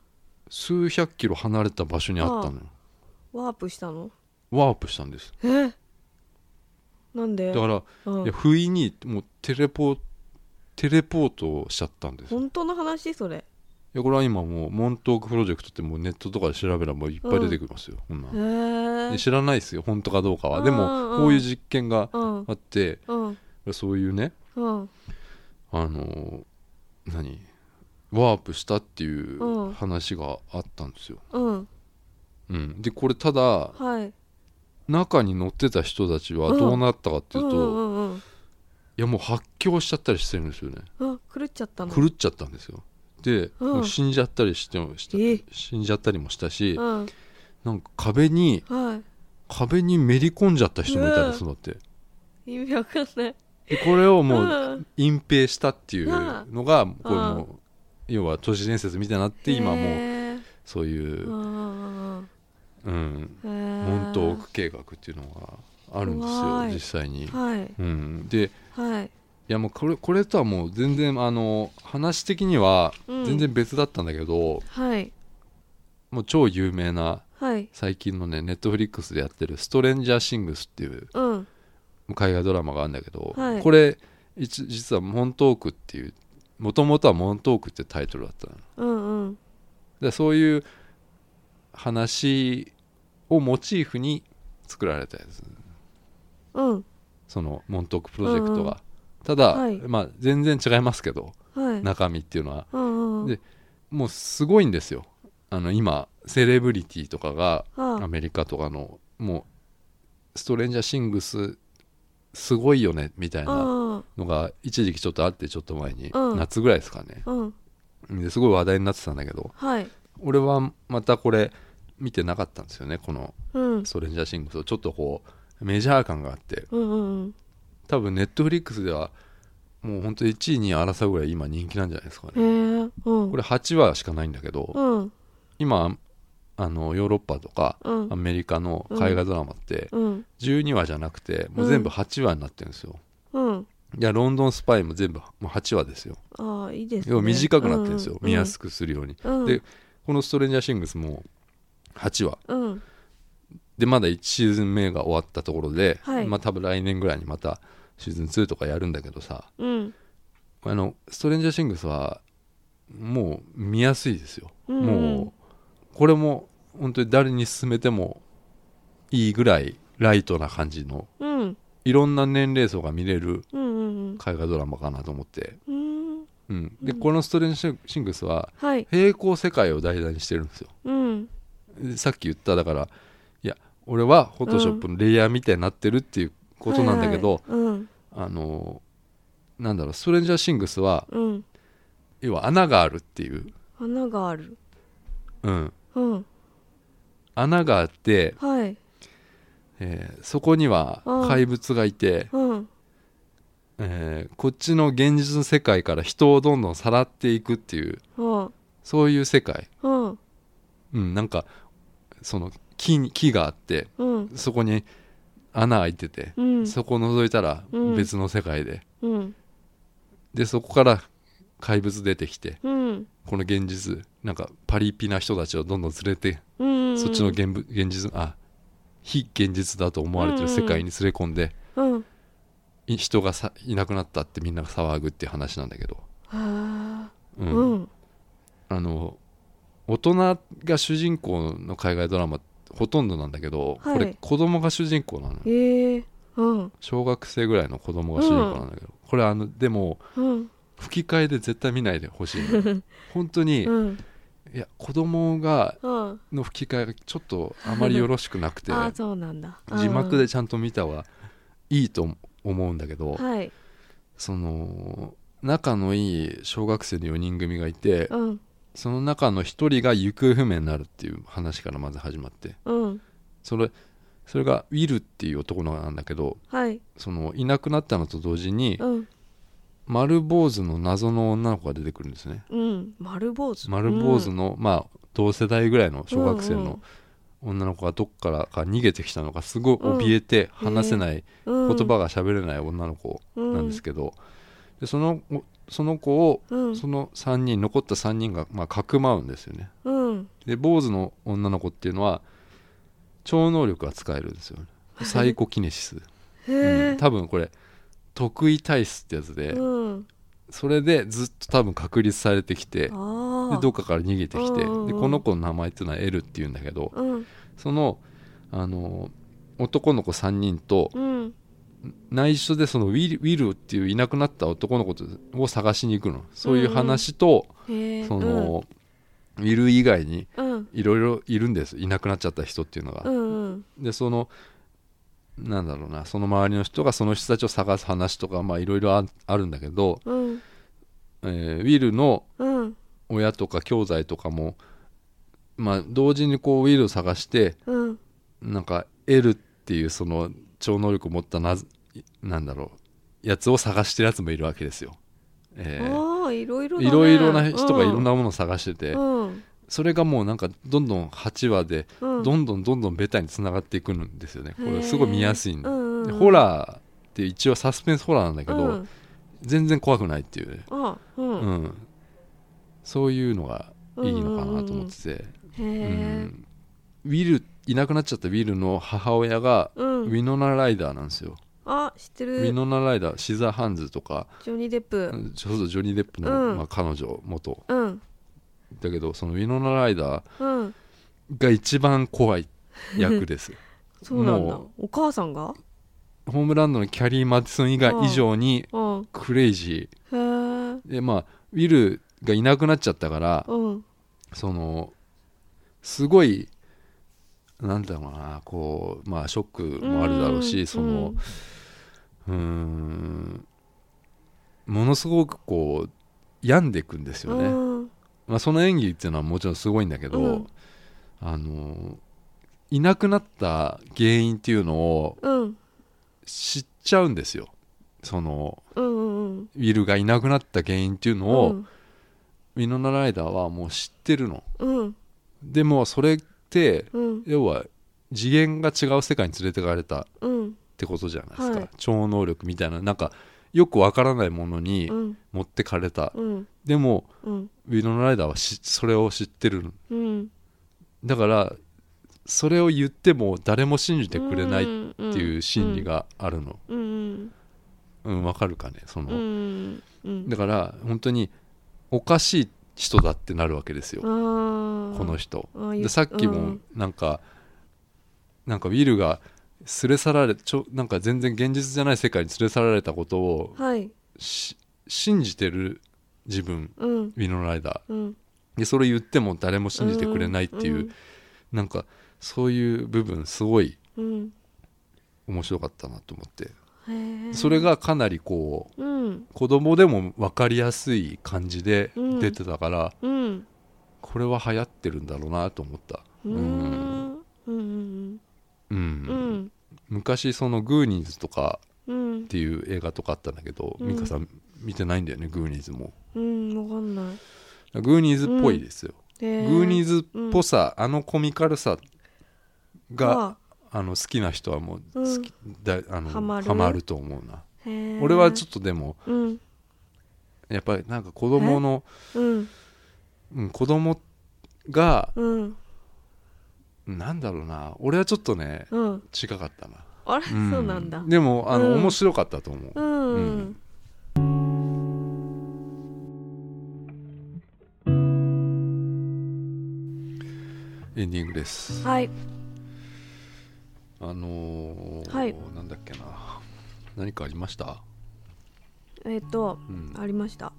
[SPEAKER 2] 数百キロ離れた場所にあったのよ
[SPEAKER 1] ワープしたの
[SPEAKER 2] ワープしたんです
[SPEAKER 1] えなんで
[SPEAKER 2] だから、
[SPEAKER 1] うん
[SPEAKER 2] いや不意にもうテレポテレポートをしちゃったんですよ
[SPEAKER 1] 本当の話それ
[SPEAKER 2] いやこれは今もうモントークプロジェクトってもうネットとかで調べればもういっぱい出てきますよ、こんな
[SPEAKER 1] へ
[SPEAKER 2] ん
[SPEAKER 1] え
[SPEAKER 2] で知らないですよ本当かどうかは
[SPEAKER 1] うん
[SPEAKER 2] で
[SPEAKER 1] うん
[SPEAKER 2] もこういう実験が
[SPEAKER 1] うん
[SPEAKER 2] あって
[SPEAKER 1] うん
[SPEAKER 2] そういうね
[SPEAKER 1] うん
[SPEAKER 2] あのー何ワープしたっていう
[SPEAKER 1] うん
[SPEAKER 2] 話があったんですよ、
[SPEAKER 1] うん
[SPEAKER 2] うん、でこれただ
[SPEAKER 1] はい
[SPEAKER 2] 中に乗ってた人たちはどうなったかって
[SPEAKER 1] う
[SPEAKER 2] い
[SPEAKER 1] ん
[SPEAKER 2] う
[SPEAKER 1] う
[SPEAKER 2] と、い
[SPEAKER 1] んうん
[SPEAKER 2] やもう発狂しちゃったりしてるんですよね
[SPEAKER 1] うんあ狂っちゃったの
[SPEAKER 2] 狂っちゃったんですよで、
[SPEAKER 1] うん
[SPEAKER 2] もう死んじゃったりしてもした
[SPEAKER 1] え
[SPEAKER 2] 死んじゃったりもしたし、
[SPEAKER 1] うん
[SPEAKER 2] なんか壁に
[SPEAKER 1] は
[SPEAKER 2] 壁にめり込んじゃった人もいたんです
[SPEAKER 1] う
[SPEAKER 2] だって
[SPEAKER 1] い意味わかんない
[SPEAKER 2] でこれをもう
[SPEAKER 1] うん
[SPEAKER 2] 隠蔽したっていうのがこれ
[SPEAKER 1] う
[SPEAKER 2] もう要は都市伝説みたいになって今もう
[SPEAKER 1] へえ
[SPEAKER 2] そういうう、
[SPEAKER 1] んうんうん
[SPEAKER 2] うん、
[SPEAKER 1] うん
[SPEAKER 2] モ
[SPEAKER 1] へえ
[SPEAKER 2] ントーク計画っていうのがあるんですよ
[SPEAKER 1] 怖い
[SPEAKER 2] 実際に、
[SPEAKER 1] はい
[SPEAKER 2] うん、でい
[SPEAKER 1] はい
[SPEAKER 2] やもうこれこれとはもう全然あの話的には
[SPEAKER 1] うん
[SPEAKER 2] 全然別だったんだけど、
[SPEAKER 1] はい
[SPEAKER 2] もう超有名な
[SPEAKER 1] はい
[SPEAKER 2] 最近のねネットフリックスでやってる「ストレンジャーシングス」っていう
[SPEAKER 1] うん
[SPEAKER 2] 海外ドラマがあるんだけど、
[SPEAKER 1] はい
[SPEAKER 2] これ一実は「モントーク」っていうもともとは「モントーク」ってタイトルだったの
[SPEAKER 1] うんうん
[SPEAKER 2] でそういう話をモチーフに作られたやつ
[SPEAKER 1] うん
[SPEAKER 2] そのモントークプロジェクトが、ただ、
[SPEAKER 1] はい
[SPEAKER 2] まあ、全然違いますけど
[SPEAKER 1] はい
[SPEAKER 2] 中身っていうのは
[SPEAKER 1] うんうん
[SPEAKER 2] でもうすごいんですよあの今セレブリティとかが
[SPEAKER 1] あ
[SPEAKER 2] アメリカとかのもうストレンジャーシングスすごいよねみたいな
[SPEAKER 1] あ
[SPEAKER 2] のが一時期ちょっとあってちょっと前に、
[SPEAKER 1] うん
[SPEAKER 2] 夏ぐらいですかね
[SPEAKER 1] うんうん
[SPEAKER 2] ですごい話題になってたんだけど
[SPEAKER 1] はい
[SPEAKER 2] 俺はまたこれ見てなかったんですよねこの
[SPEAKER 1] うん
[SPEAKER 2] ストレンジャーシングスをちょっとこうメジャー感があって
[SPEAKER 1] うんうん
[SPEAKER 2] 多分ネットフリックスではもうほんと1位に争うぐらい今人気なんじゃないですか
[SPEAKER 1] うん
[SPEAKER 2] ね
[SPEAKER 1] へえうん
[SPEAKER 2] これ8話しかないんだけど
[SPEAKER 1] うん
[SPEAKER 2] 今あのヨーロッパとか
[SPEAKER 1] うん
[SPEAKER 2] アメリカの海外ドラマって
[SPEAKER 1] うん
[SPEAKER 2] 12話じゃなくてもう全部8話になってるんですよ
[SPEAKER 1] うん
[SPEAKER 2] いやロンドンスパイも全部もう8話ですよ
[SPEAKER 1] ああいいですね
[SPEAKER 2] 要は短くなってるんですよ
[SPEAKER 1] う
[SPEAKER 2] 見やすくするように
[SPEAKER 1] うん
[SPEAKER 2] でこの「ストレンジャーシングス」も8話
[SPEAKER 1] うん
[SPEAKER 2] でまだ1シーズン目が終わったところで、
[SPEAKER 1] はい
[SPEAKER 2] まあ多分来年ぐらいにまたシーズン2とかやるんだけどさ
[SPEAKER 1] うん
[SPEAKER 2] あのストレンジャーシングスはもう見やすいですよ、
[SPEAKER 1] うんうん
[SPEAKER 2] もうこれも本当に誰に勧めてもいいぐらいライトな感じの
[SPEAKER 1] うん
[SPEAKER 2] いろんな年齢層が見れる
[SPEAKER 1] うんうん
[SPEAKER 2] 海外ドラマかなと思って、
[SPEAKER 1] うんうん
[SPEAKER 2] うん、で、
[SPEAKER 1] うん
[SPEAKER 2] この「ストレンジャーシングス」は
[SPEAKER 1] はい
[SPEAKER 2] 平行世界を題材にしてるんですよ
[SPEAKER 1] うん
[SPEAKER 2] でさっき言っただからいや俺はフォトショップのレイヤーみたいになってるっていうことなんだけ
[SPEAKER 1] は
[SPEAKER 2] ど、
[SPEAKER 1] いはいうん
[SPEAKER 2] あのなんだろうストレンジャーシングスは
[SPEAKER 1] うん
[SPEAKER 2] 要は穴があるっていう、
[SPEAKER 1] 穴がある
[SPEAKER 2] うん、
[SPEAKER 1] うん
[SPEAKER 2] 穴があって
[SPEAKER 1] はい
[SPEAKER 2] えーそこには怪物がいて、
[SPEAKER 1] うん
[SPEAKER 2] えーこっちの現実の世界から人をどんどんさらっていくっていう
[SPEAKER 1] うん
[SPEAKER 2] そういう世界、
[SPEAKER 1] うん
[SPEAKER 2] うん、なんかその木に木があって
[SPEAKER 1] うん
[SPEAKER 2] そこに穴開いてて、
[SPEAKER 1] うん
[SPEAKER 2] そこを覗いたら
[SPEAKER 1] うん
[SPEAKER 2] 別の世界で、
[SPEAKER 1] うん
[SPEAKER 2] でそこから怪物出てきて
[SPEAKER 1] うん
[SPEAKER 2] この現実なんかパリピな人たちをどんどん連れて、
[SPEAKER 1] うん
[SPEAKER 2] そっちの現物現実あ非現実だと思われてる世界に連れ込んで、
[SPEAKER 1] うん
[SPEAKER 2] い人がさいなくなったってみんなが騒ぐっていう話なんだけど、
[SPEAKER 1] あ
[SPEAKER 2] う
[SPEAKER 1] ー
[SPEAKER 2] ん
[SPEAKER 1] うん
[SPEAKER 2] あの大人が主人公の海外ドラマほとんどなんだけど、
[SPEAKER 1] はい
[SPEAKER 2] これ子供が主人公なのよ
[SPEAKER 1] ええうん
[SPEAKER 2] 小学生ぐらいの子供が主人公なんだけど、これあのでも
[SPEAKER 1] うん
[SPEAKER 2] 吹き替えで絶対見ないでほしい
[SPEAKER 1] [LAUGHS]
[SPEAKER 2] の本当に、
[SPEAKER 1] うん
[SPEAKER 2] いや子供が
[SPEAKER 1] うん
[SPEAKER 2] の吹き替えがちょっとあまりよろしくなく
[SPEAKER 1] [LAUGHS]
[SPEAKER 2] て
[SPEAKER 1] ああそうなんだうん
[SPEAKER 2] 字幕でちゃんと見た方がいいと思うんだけど、
[SPEAKER 1] はい
[SPEAKER 2] その仲のいい小学生の4人組がいて
[SPEAKER 1] うん
[SPEAKER 2] その中の1人が行方不明になるっていう話からまず始まって
[SPEAKER 1] うん
[SPEAKER 2] それそれがウィルっていう男の子なんだけど
[SPEAKER 1] はい
[SPEAKER 2] そのいなくなったのと同時に
[SPEAKER 1] うん
[SPEAKER 2] 丸坊主の謎の女の子が出てくるんですね
[SPEAKER 1] うん丸坊主
[SPEAKER 2] 丸坊主
[SPEAKER 1] うん
[SPEAKER 2] の、まあ同世代ぐらいの小学生
[SPEAKER 1] うんうん
[SPEAKER 2] の女の子がどっからか逃げてきたのかすごい怯えて
[SPEAKER 1] うん
[SPEAKER 2] 話せない
[SPEAKER 1] うん
[SPEAKER 2] 言葉が喋れない女の子なんですけど、でそのその子を
[SPEAKER 1] うん
[SPEAKER 2] その3人残った3人が、まあ、かくまうんですよね
[SPEAKER 1] うん
[SPEAKER 2] で坊主の女の子っていうのは超能力が使えるんですよサイコキネシス、
[SPEAKER 1] へ
[SPEAKER 2] うん
[SPEAKER 1] え
[SPEAKER 2] 多分これ得意体質ってやつで、
[SPEAKER 1] うん
[SPEAKER 2] それでずっと多分確立されてきて
[SPEAKER 1] あ
[SPEAKER 2] で
[SPEAKER 1] あ
[SPEAKER 2] どっかから逃げてきてで
[SPEAKER 1] うんうんうん
[SPEAKER 2] この子の名前っていうのはエルっていうんだけど
[SPEAKER 1] うん
[SPEAKER 2] そのあの男の子3人と
[SPEAKER 1] うん
[SPEAKER 2] 内緒でそのウィルウィルっていういなくなった男の子を探しに行くのそういう話と、
[SPEAKER 1] へえ
[SPEAKER 2] その、ウィル以外に
[SPEAKER 1] うんうん
[SPEAKER 2] いろいろいるんですいなくなっちゃった人っていうのが
[SPEAKER 1] う、ん
[SPEAKER 2] でそのなんだろうなその周りの人がその人たちを探す話とかまあいろいろああるんだけど、
[SPEAKER 1] うん
[SPEAKER 2] えーウィルの
[SPEAKER 1] うん
[SPEAKER 2] 親とか兄弟とかもまあ同時にこうウィルを探して
[SPEAKER 1] うん
[SPEAKER 2] なんかエルっていうその超能力を持ったななんだろうやつを探してるやつもいるわけですよ。えー
[SPEAKER 1] ああいろいろだね
[SPEAKER 2] いろいろな人がいろんなものを探してて、
[SPEAKER 1] うん
[SPEAKER 2] それがもうなんかどんどん8話で
[SPEAKER 1] うん
[SPEAKER 2] どんどんどんどんベタにつながっていくんですよねこ
[SPEAKER 1] へ
[SPEAKER 2] れ
[SPEAKER 1] ー
[SPEAKER 2] すごい見やすいんで,
[SPEAKER 1] うん
[SPEAKER 2] で、
[SPEAKER 1] うんうん
[SPEAKER 2] ホラーって一応サスペンスホラーなんだけど、
[SPEAKER 1] うん
[SPEAKER 2] 全然怖くないっていうね、
[SPEAKER 1] あう
[SPEAKER 2] うん
[SPEAKER 1] ん
[SPEAKER 2] そういうのがいいのかなと思ってて、
[SPEAKER 1] へ
[SPEAKER 2] うん
[SPEAKER 1] え
[SPEAKER 2] ウィルいなくなっちゃったウィルの母親が
[SPEAKER 1] うん
[SPEAKER 2] ウィノナ・ライダーなんですよ、
[SPEAKER 1] あ知って
[SPEAKER 2] ウィ
[SPEAKER 1] る
[SPEAKER 2] ノナ・ライダーシザーハンズとか
[SPEAKER 1] ジョニー・デップ
[SPEAKER 2] ちょうどジョニー・デップの、
[SPEAKER 1] うん
[SPEAKER 2] まあ、彼女元
[SPEAKER 1] うん
[SPEAKER 2] だけどそのウィノナ・ライダー
[SPEAKER 1] うん
[SPEAKER 2] が一番怖い役です
[SPEAKER 1] そうなんだ
[SPEAKER 2] も
[SPEAKER 1] お母さんが
[SPEAKER 2] ホームランドのキャリー・マティソン以外以上に
[SPEAKER 1] うん
[SPEAKER 2] クレイジ
[SPEAKER 1] へえ
[SPEAKER 2] ーでまあウィルがいなくなっちゃったから
[SPEAKER 1] うん
[SPEAKER 2] そのすごいなんだろうなこうまあショックもあるだろうし
[SPEAKER 1] ん
[SPEAKER 2] そのうーんものすごくこう病んでいくんです
[SPEAKER 1] う
[SPEAKER 2] よね、
[SPEAKER 1] んうん
[SPEAKER 2] まあ、その演技っていうのはもちろんすごいんだけど、
[SPEAKER 1] うん
[SPEAKER 2] あのいなくなった原因っていうのを
[SPEAKER 1] うん
[SPEAKER 2] 知っちゃうんですよその
[SPEAKER 1] うんうん
[SPEAKER 2] ウィルがいなくなった原因っていうの
[SPEAKER 1] うん
[SPEAKER 2] を、ミノナライダーはもう知ってるの
[SPEAKER 1] うん
[SPEAKER 2] でもそれって
[SPEAKER 1] うん
[SPEAKER 2] 要は次元が違う世界に連れてかれたっ
[SPEAKER 1] うん
[SPEAKER 2] てことじゃないですか、
[SPEAKER 1] はい
[SPEAKER 2] 超能力みたいななんかよくわからないものに
[SPEAKER 1] うん
[SPEAKER 2] 持ってかれた、
[SPEAKER 1] うん
[SPEAKER 2] でも
[SPEAKER 1] うん
[SPEAKER 2] ウィノナライダーはしそれを知ってるの
[SPEAKER 1] うん
[SPEAKER 2] だからそれを言っても誰も信じてくれないっ
[SPEAKER 1] って
[SPEAKER 2] ていう心理があるの
[SPEAKER 1] うん
[SPEAKER 2] うんわかるかねそ
[SPEAKER 1] うんう
[SPEAKER 2] の
[SPEAKER 1] んうん
[SPEAKER 2] だから本当におかしい人だってなるわけですよ
[SPEAKER 1] こ
[SPEAKER 2] この
[SPEAKER 1] の
[SPEAKER 2] 人
[SPEAKER 1] ああ言
[SPEAKER 2] で
[SPEAKER 1] う
[SPEAKER 2] さっき
[SPEAKER 1] う
[SPEAKER 2] も
[SPEAKER 1] ん
[SPEAKER 2] なんか、なんかウィルが連れ去られちょなんか全然現実じゃない世界に連れ去られたことを
[SPEAKER 1] はい
[SPEAKER 2] し信じてる自分
[SPEAKER 1] うん
[SPEAKER 2] ウィノライダ
[SPEAKER 1] うん
[SPEAKER 2] ーでそれ言っても誰も信じてくれないっていう、
[SPEAKER 1] うん
[SPEAKER 2] なんかそういう部分すごい
[SPEAKER 1] うん
[SPEAKER 2] 面白かったなと思って
[SPEAKER 1] へえ
[SPEAKER 2] それがかなりこう
[SPEAKER 1] うん
[SPEAKER 2] 子供でも分かりやすい感じで
[SPEAKER 1] うん
[SPEAKER 2] 出てたから、
[SPEAKER 1] うん
[SPEAKER 2] これは流行ってるんだろうなと思った
[SPEAKER 1] うーんうんうん
[SPEAKER 2] う
[SPEAKER 1] う
[SPEAKER 2] ん
[SPEAKER 1] ん
[SPEAKER 2] 昔そのグーニーズとか
[SPEAKER 1] うん
[SPEAKER 2] っていう映画とかあったんだけど、
[SPEAKER 1] うん
[SPEAKER 2] ミカさん見てないんだよねグーニーズも
[SPEAKER 1] うんわかんない
[SPEAKER 2] グーニーズっぽいですよ、
[SPEAKER 1] へ
[SPEAKER 2] グーニー
[SPEAKER 1] ズ
[SPEAKER 2] ズっぽさ、あのコミカルさが
[SPEAKER 1] が
[SPEAKER 2] あの好きな人はもう
[SPEAKER 1] うん
[SPEAKER 2] 好き、だあの
[SPEAKER 1] ハマる
[SPEAKER 2] ハマると思うな俺はちょ
[SPEAKER 1] っ
[SPEAKER 2] っとでも
[SPEAKER 1] とうん
[SPEAKER 2] やっぱりなんか子供の、
[SPEAKER 1] うん
[SPEAKER 2] うん、子供が
[SPEAKER 1] うん
[SPEAKER 2] なんだろうな俺はちょっとね
[SPEAKER 1] うん
[SPEAKER 2] 違かったな、
[SPEAKER 1] あれそう
[SPEAKER 2] うん
[SPEAKER 1] なんだ
[SPEAKER 2] でもあの、
[SPEAKER 1] うん
[SPEAKER 2] 面白かったと思う、
[SPEAKER 1] うんう
[SPEAKER 2] うんエンディングです
[SPEAKER 1] はい
[SPEAKER 2] あのー
[SPEAKER 1] はい
[SPEAKER 2] なんだっけな何かありました、
[SPEAKER 1] えっと
[SPEAKER 2] うん、
[SPEAKER 1] ありました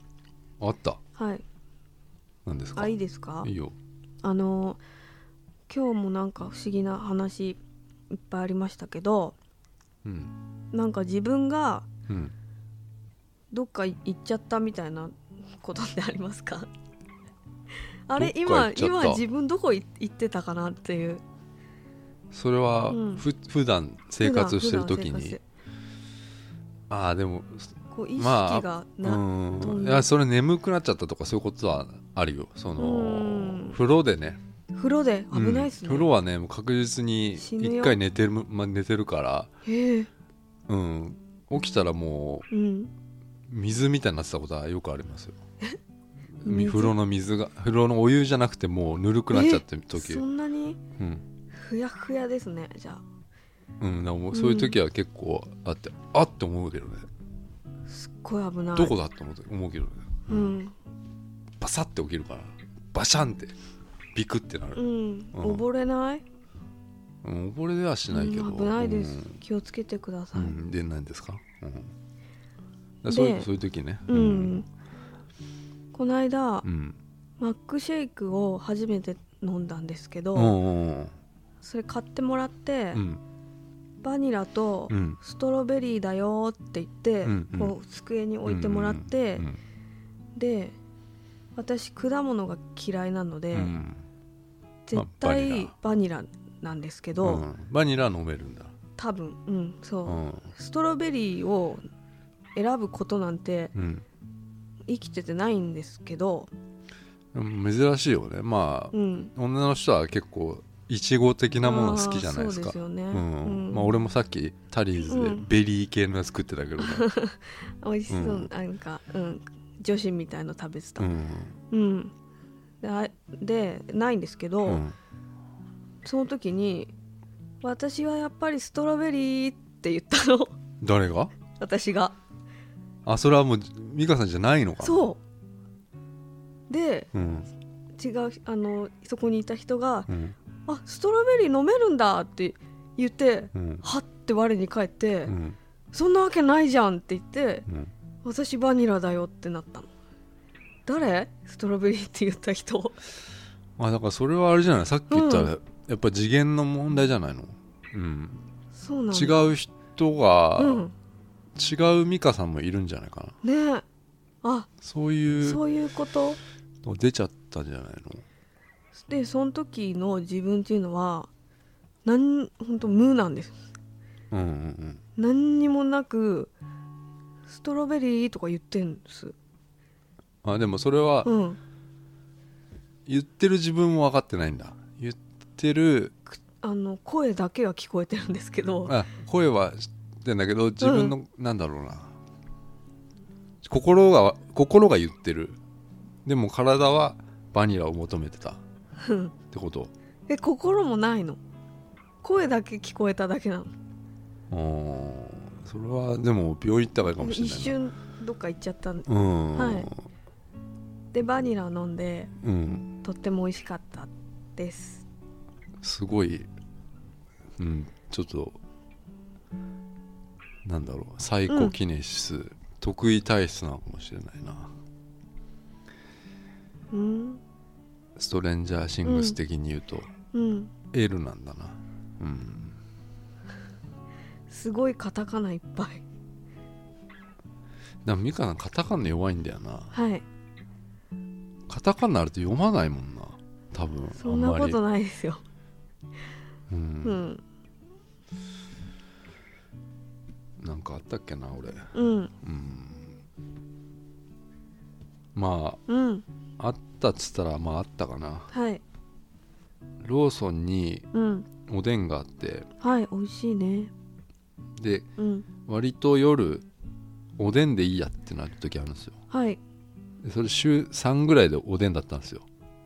[SPEAKER 2] あった
[SPEAKER 1] はい
[SPEAKER 2] 何ですか
[SPEAKER 1] あいいですか
[SPEAKER 2] いいよ
[SPEAKER 1] あの今日もなんか不思議な話いっぱいありましたけど
[SPEAKER 2] うん
[SPEAKER 1] なんか自分が
[SPEAKER 2] うん
[SPEAKER 1] どっか行っちゃったみたいなことってあります
[SPEAKER 2] [LAUGHS]
[SPEAKER 1] かあれ
[SPEAKER 2] どっか行
[SPEAKER 1] 今
[SPEAKER 2] っちゃった
[SPEAKER 1] 今自分どこ行行ってたかなっていう
[SPEAKER 2] それは
[SPEAKER 1] うん
[SPEAKER 2] ふ、普段生活してる時
[SPEAKER 1] 普段普段生
[SPEAKER 2] に
[SPEAKER 1] 活
[SPEAKER 2] ああでも
[SPEAKER 1] こう意識
[SPEAKER 2] まあ
[SPEAKER 1] が
[SPEAKER 2] う
[SPEAKER 1] な、ど
[SPEAKER 2] ん
[SPEAKER 1] ん
[SPEAKER 2] い
[SPEAKER 1] な
[SPEAKER 2] やそれ眠くなっちゃったとかそういうことはあるよそ
[SPEAKER 1] うん
[SPEAKER 2] の風呂でね
[SPEAKER 1] 風呂で危ないっす
[SPEAKER 2] う
[SPEAKER 1] ね、
[SPEAKER 2] ん風呂はねもう確実に
[SPEAKER 1] 死ぬよ
[SPEAKER 2] 一回寝てる、ま、寝てるから、
[SPEAKER 1] へえ
[SPEAKER 2] うん、起きたらも
[SPEAKER 1] うん
[SPEAKER 2] う水みたいになってたことはよくありますよ
[SPEAKER 1] [LAUGHS] 水
[SPEAKER 2] 風呂の水が風呂のお湯じゃなくてもうぬるくなっちゃってる時
[SPEAKER 1] そんなに
[SPEAKER 2] うん、
[SPEAKER 1] ふやふやですねじゃあ
[SPEAKER 2] うん、でもそういう時は結構あって、あって思うけどね
[SPEAKER 1] すっごい危ない
[SPEAKER 2] どこだって思う思うけどね、
[SPEAKER 1] うん
[SPEAKER 2] バサッて起きるからバシャンってビクってな
[SPEAKER 1] う
[SPEAKER 2] る、
[SPEAKER 1] ん、
[SPEAKER 2] うん
[SPEAKER 1] 溺れない、
[SPEAKER 2] うん、溺れではしないけど、
[SPEAKER 1] うん危ないです、
[SPEAKER 2] うん
[SPEAKER 1] 気をつけてくださ
[SPEAKER 2] う
[SPEAKER 1] い、
[SPEAKER 2] ん、で何ですか,、うん、だからそういう
[SPEAKER 1] で
[SPEAKER 2] そういう時ね
[SPEAKER 1] うんこの間、
[SPEAKER 2] うん
[SPEAKER 1] マックシェイクを初めて飲んだんですけど、
[SPEAKER 2] うん
[SPEAKER 1] それ買ってもらって、
[SPEAKER 2] うん
[SPEAKER 1] バニラと
[SPEAKER 2] うん
[SPEAKER 1] ストロベリーだよって言って、
[SPEAKER 2] うんうん
[SPEAKER 1] こう机に置いてもらって、
[SPEAKER 2] うん
[SPEAKER 1] で私果物が嫌いなので、
[SPEAKER 2] うん
[SPEAKER 1] 絶
[SPEAKER 2] まあバニ
[SPEAKER 1] 対
[SPEAKER 2] ラ
[SPEAKER 1] バニラなんですけど、
[SPEAKER 2] うんバニラ飲めるんだ、
[SPEAKER 1] 多分うんそうう、
[SPEAKER 2] ん
[SPEAKER 1] ストロベリーを選ぶことなんて
[SPEAKER 2] うん
[SPEAKER 1] 生きててないんですけど、
[SPEAKER 2] うん、珍しいよねまあ
[SPEAKER 1] う、ん、
[SPEAKER 2] 女の人は結構いちご的なもの好きじゃないです
[SPEAKER 1] あーそうで
[SPEAKER 2] か
[SPEAKER 1] すよね、
[SPEAKER 2] うん
[SPEAKER 1] うん
[SPEAKER 2] まあ、俺もさっきタリーズで
[SPEAKER 1] うん
[SPEAKER 2] ベリー系のやつ食ってたけどね、
[SPEAKER 1] 美味しそう、
[SPEAKER 2] うん
[SPEAKER 1] なんか、うん、女子みたいの食べてた
[SPEAKER 2] う
[SPEAKER 1] うん、
[SPEAKER 2] ん
[SPEAKER 1] であでないんですけど、
[SPEAKER 2] うん
[SPEAKER 1] その時に私はやっぱりストロベリーって言ったの [LAUGHS]
[SPEAKER 2] 誰が
[SPEAKER 1] 私が
[SPEAKER 2] あそれはもう美香さんじゃないのかな
[SPEAKER 1] そうで
[SPEAKER 2] うん
[SPEAKER 1] 違うあのそこにいた人が
[SPEAKER 2] うん
[SPEAKER 1] 「あストロベリー飲めるんだ」って言って
[SPEAKER 2] うん
[SPEAKER 1] 「はっ」て我に返って「
[SPEAKER 2] うん
[SPEAKER 1] そんなわけないじゃん」って言って
[SPEAKER 2] うん
[SPEAKER 1] 「私バニラだよ」ってなったの誰ストロベリーって言った人
[SPEAKER 2] あだからそれはあれじゃないさっき言ったら、やっぱ次元の問題じゃないの、うん、
[SPEAKER 1] そうなんだ
[SPEAKER 2] 違う人が、
[SPEAKER 1] うん
[SPEAKER 2] 違う美香さんもいるんじゃないかな
[SPEAKER 1] ねえあ
[SPEAKER 2] そういう
[SPEAKER 1] そういうこと
[SPEAKER 2] の出ちゃったんじゃないの
[SPEAKER 1] でその時の自分っていうのはなん本当無なんです
[SPEAKER 2] うんうん
[SPEAKER 1] 何にもなくストロベリーとか言ってんです
[SPEAKER 2] うんあでもそれは
[SPEAKER 1] うん
[SPEAKER 2] 言ってる自分も分かってないんだ言ってる
[SPEAKER 1] あの声だけが聞こえてるんですけど
[SPEAKER 2] あ声は知ってんだけど自分の、なんだろうな心が心が言ってるでも体はバニラを求めてたっ
[SPEAKER 1] うん
[SPEAKER 2] てこと
[SPEAKER 1] え心もないの声だけ聞こえただけなの
[SPEAKER 2] うーんそれはでも病院行った方がいいかもしれ
[SPEAKER 1] 一
[SPEAKER 2] ないな
[SPEAKER 1] 瞬どっか行っちゃったんで
[SPEAKER 2] うん、
[SPEAKER 1] はいでバニラ飲んで
[SPEAKER 2] うん、
[SPEAKER 1] とっても美味しかったです
[SPEAKER 2] すごい、うん、ちょっとなんだろうサイコキネシス、得意体質なのかもしれないな
[SPEAKER 1] うん
[SPEAKER 2] ストレンジャーシングス的に言うと、
[SPEAKER 1] うん
[SPEAKER 2] L なんだなうん
[SPEAKER 1] すごいカタカナいっぱい
[SPEAKER 2] でも美香さんカタカナ弱いんだよな
[SPEAKER 1] はい
[SPEAKER 2] カタカナあると読まないもんな多分
[SPEAKER 1] そんな
[SPEAKER 2] あんま
[SPEAKER 1] こ
[SPEAKER 2] り
[SPEAKER 1] とないですよう
[SPEAKER 2] う
[SPEAKER 1] んん
[SPEAKER 2] なんかあったっけな俺
[SPEAKER 1] うん
[SPEAKER 2] うんま
[SPEAKER 1] うん
[SPEAKER 2] ああったっつったらまああったかな
[SPEAKER 1] はい
[SPEAKER 2] ローソンに
[SPEAKER 1] うん
[SPEAKER 2] おでんがあって
[SPEAKER 1] はい美味しいね
[SPEAKER 2] で
[SPEAKER 1] うん
[SPEAKER 2] 割と夜おでんでいいやってなる時あるんですよ
[SPEAKER 1] はい
[SPEAKER 2] でそれ週3ぐらいでおでんだったんですよ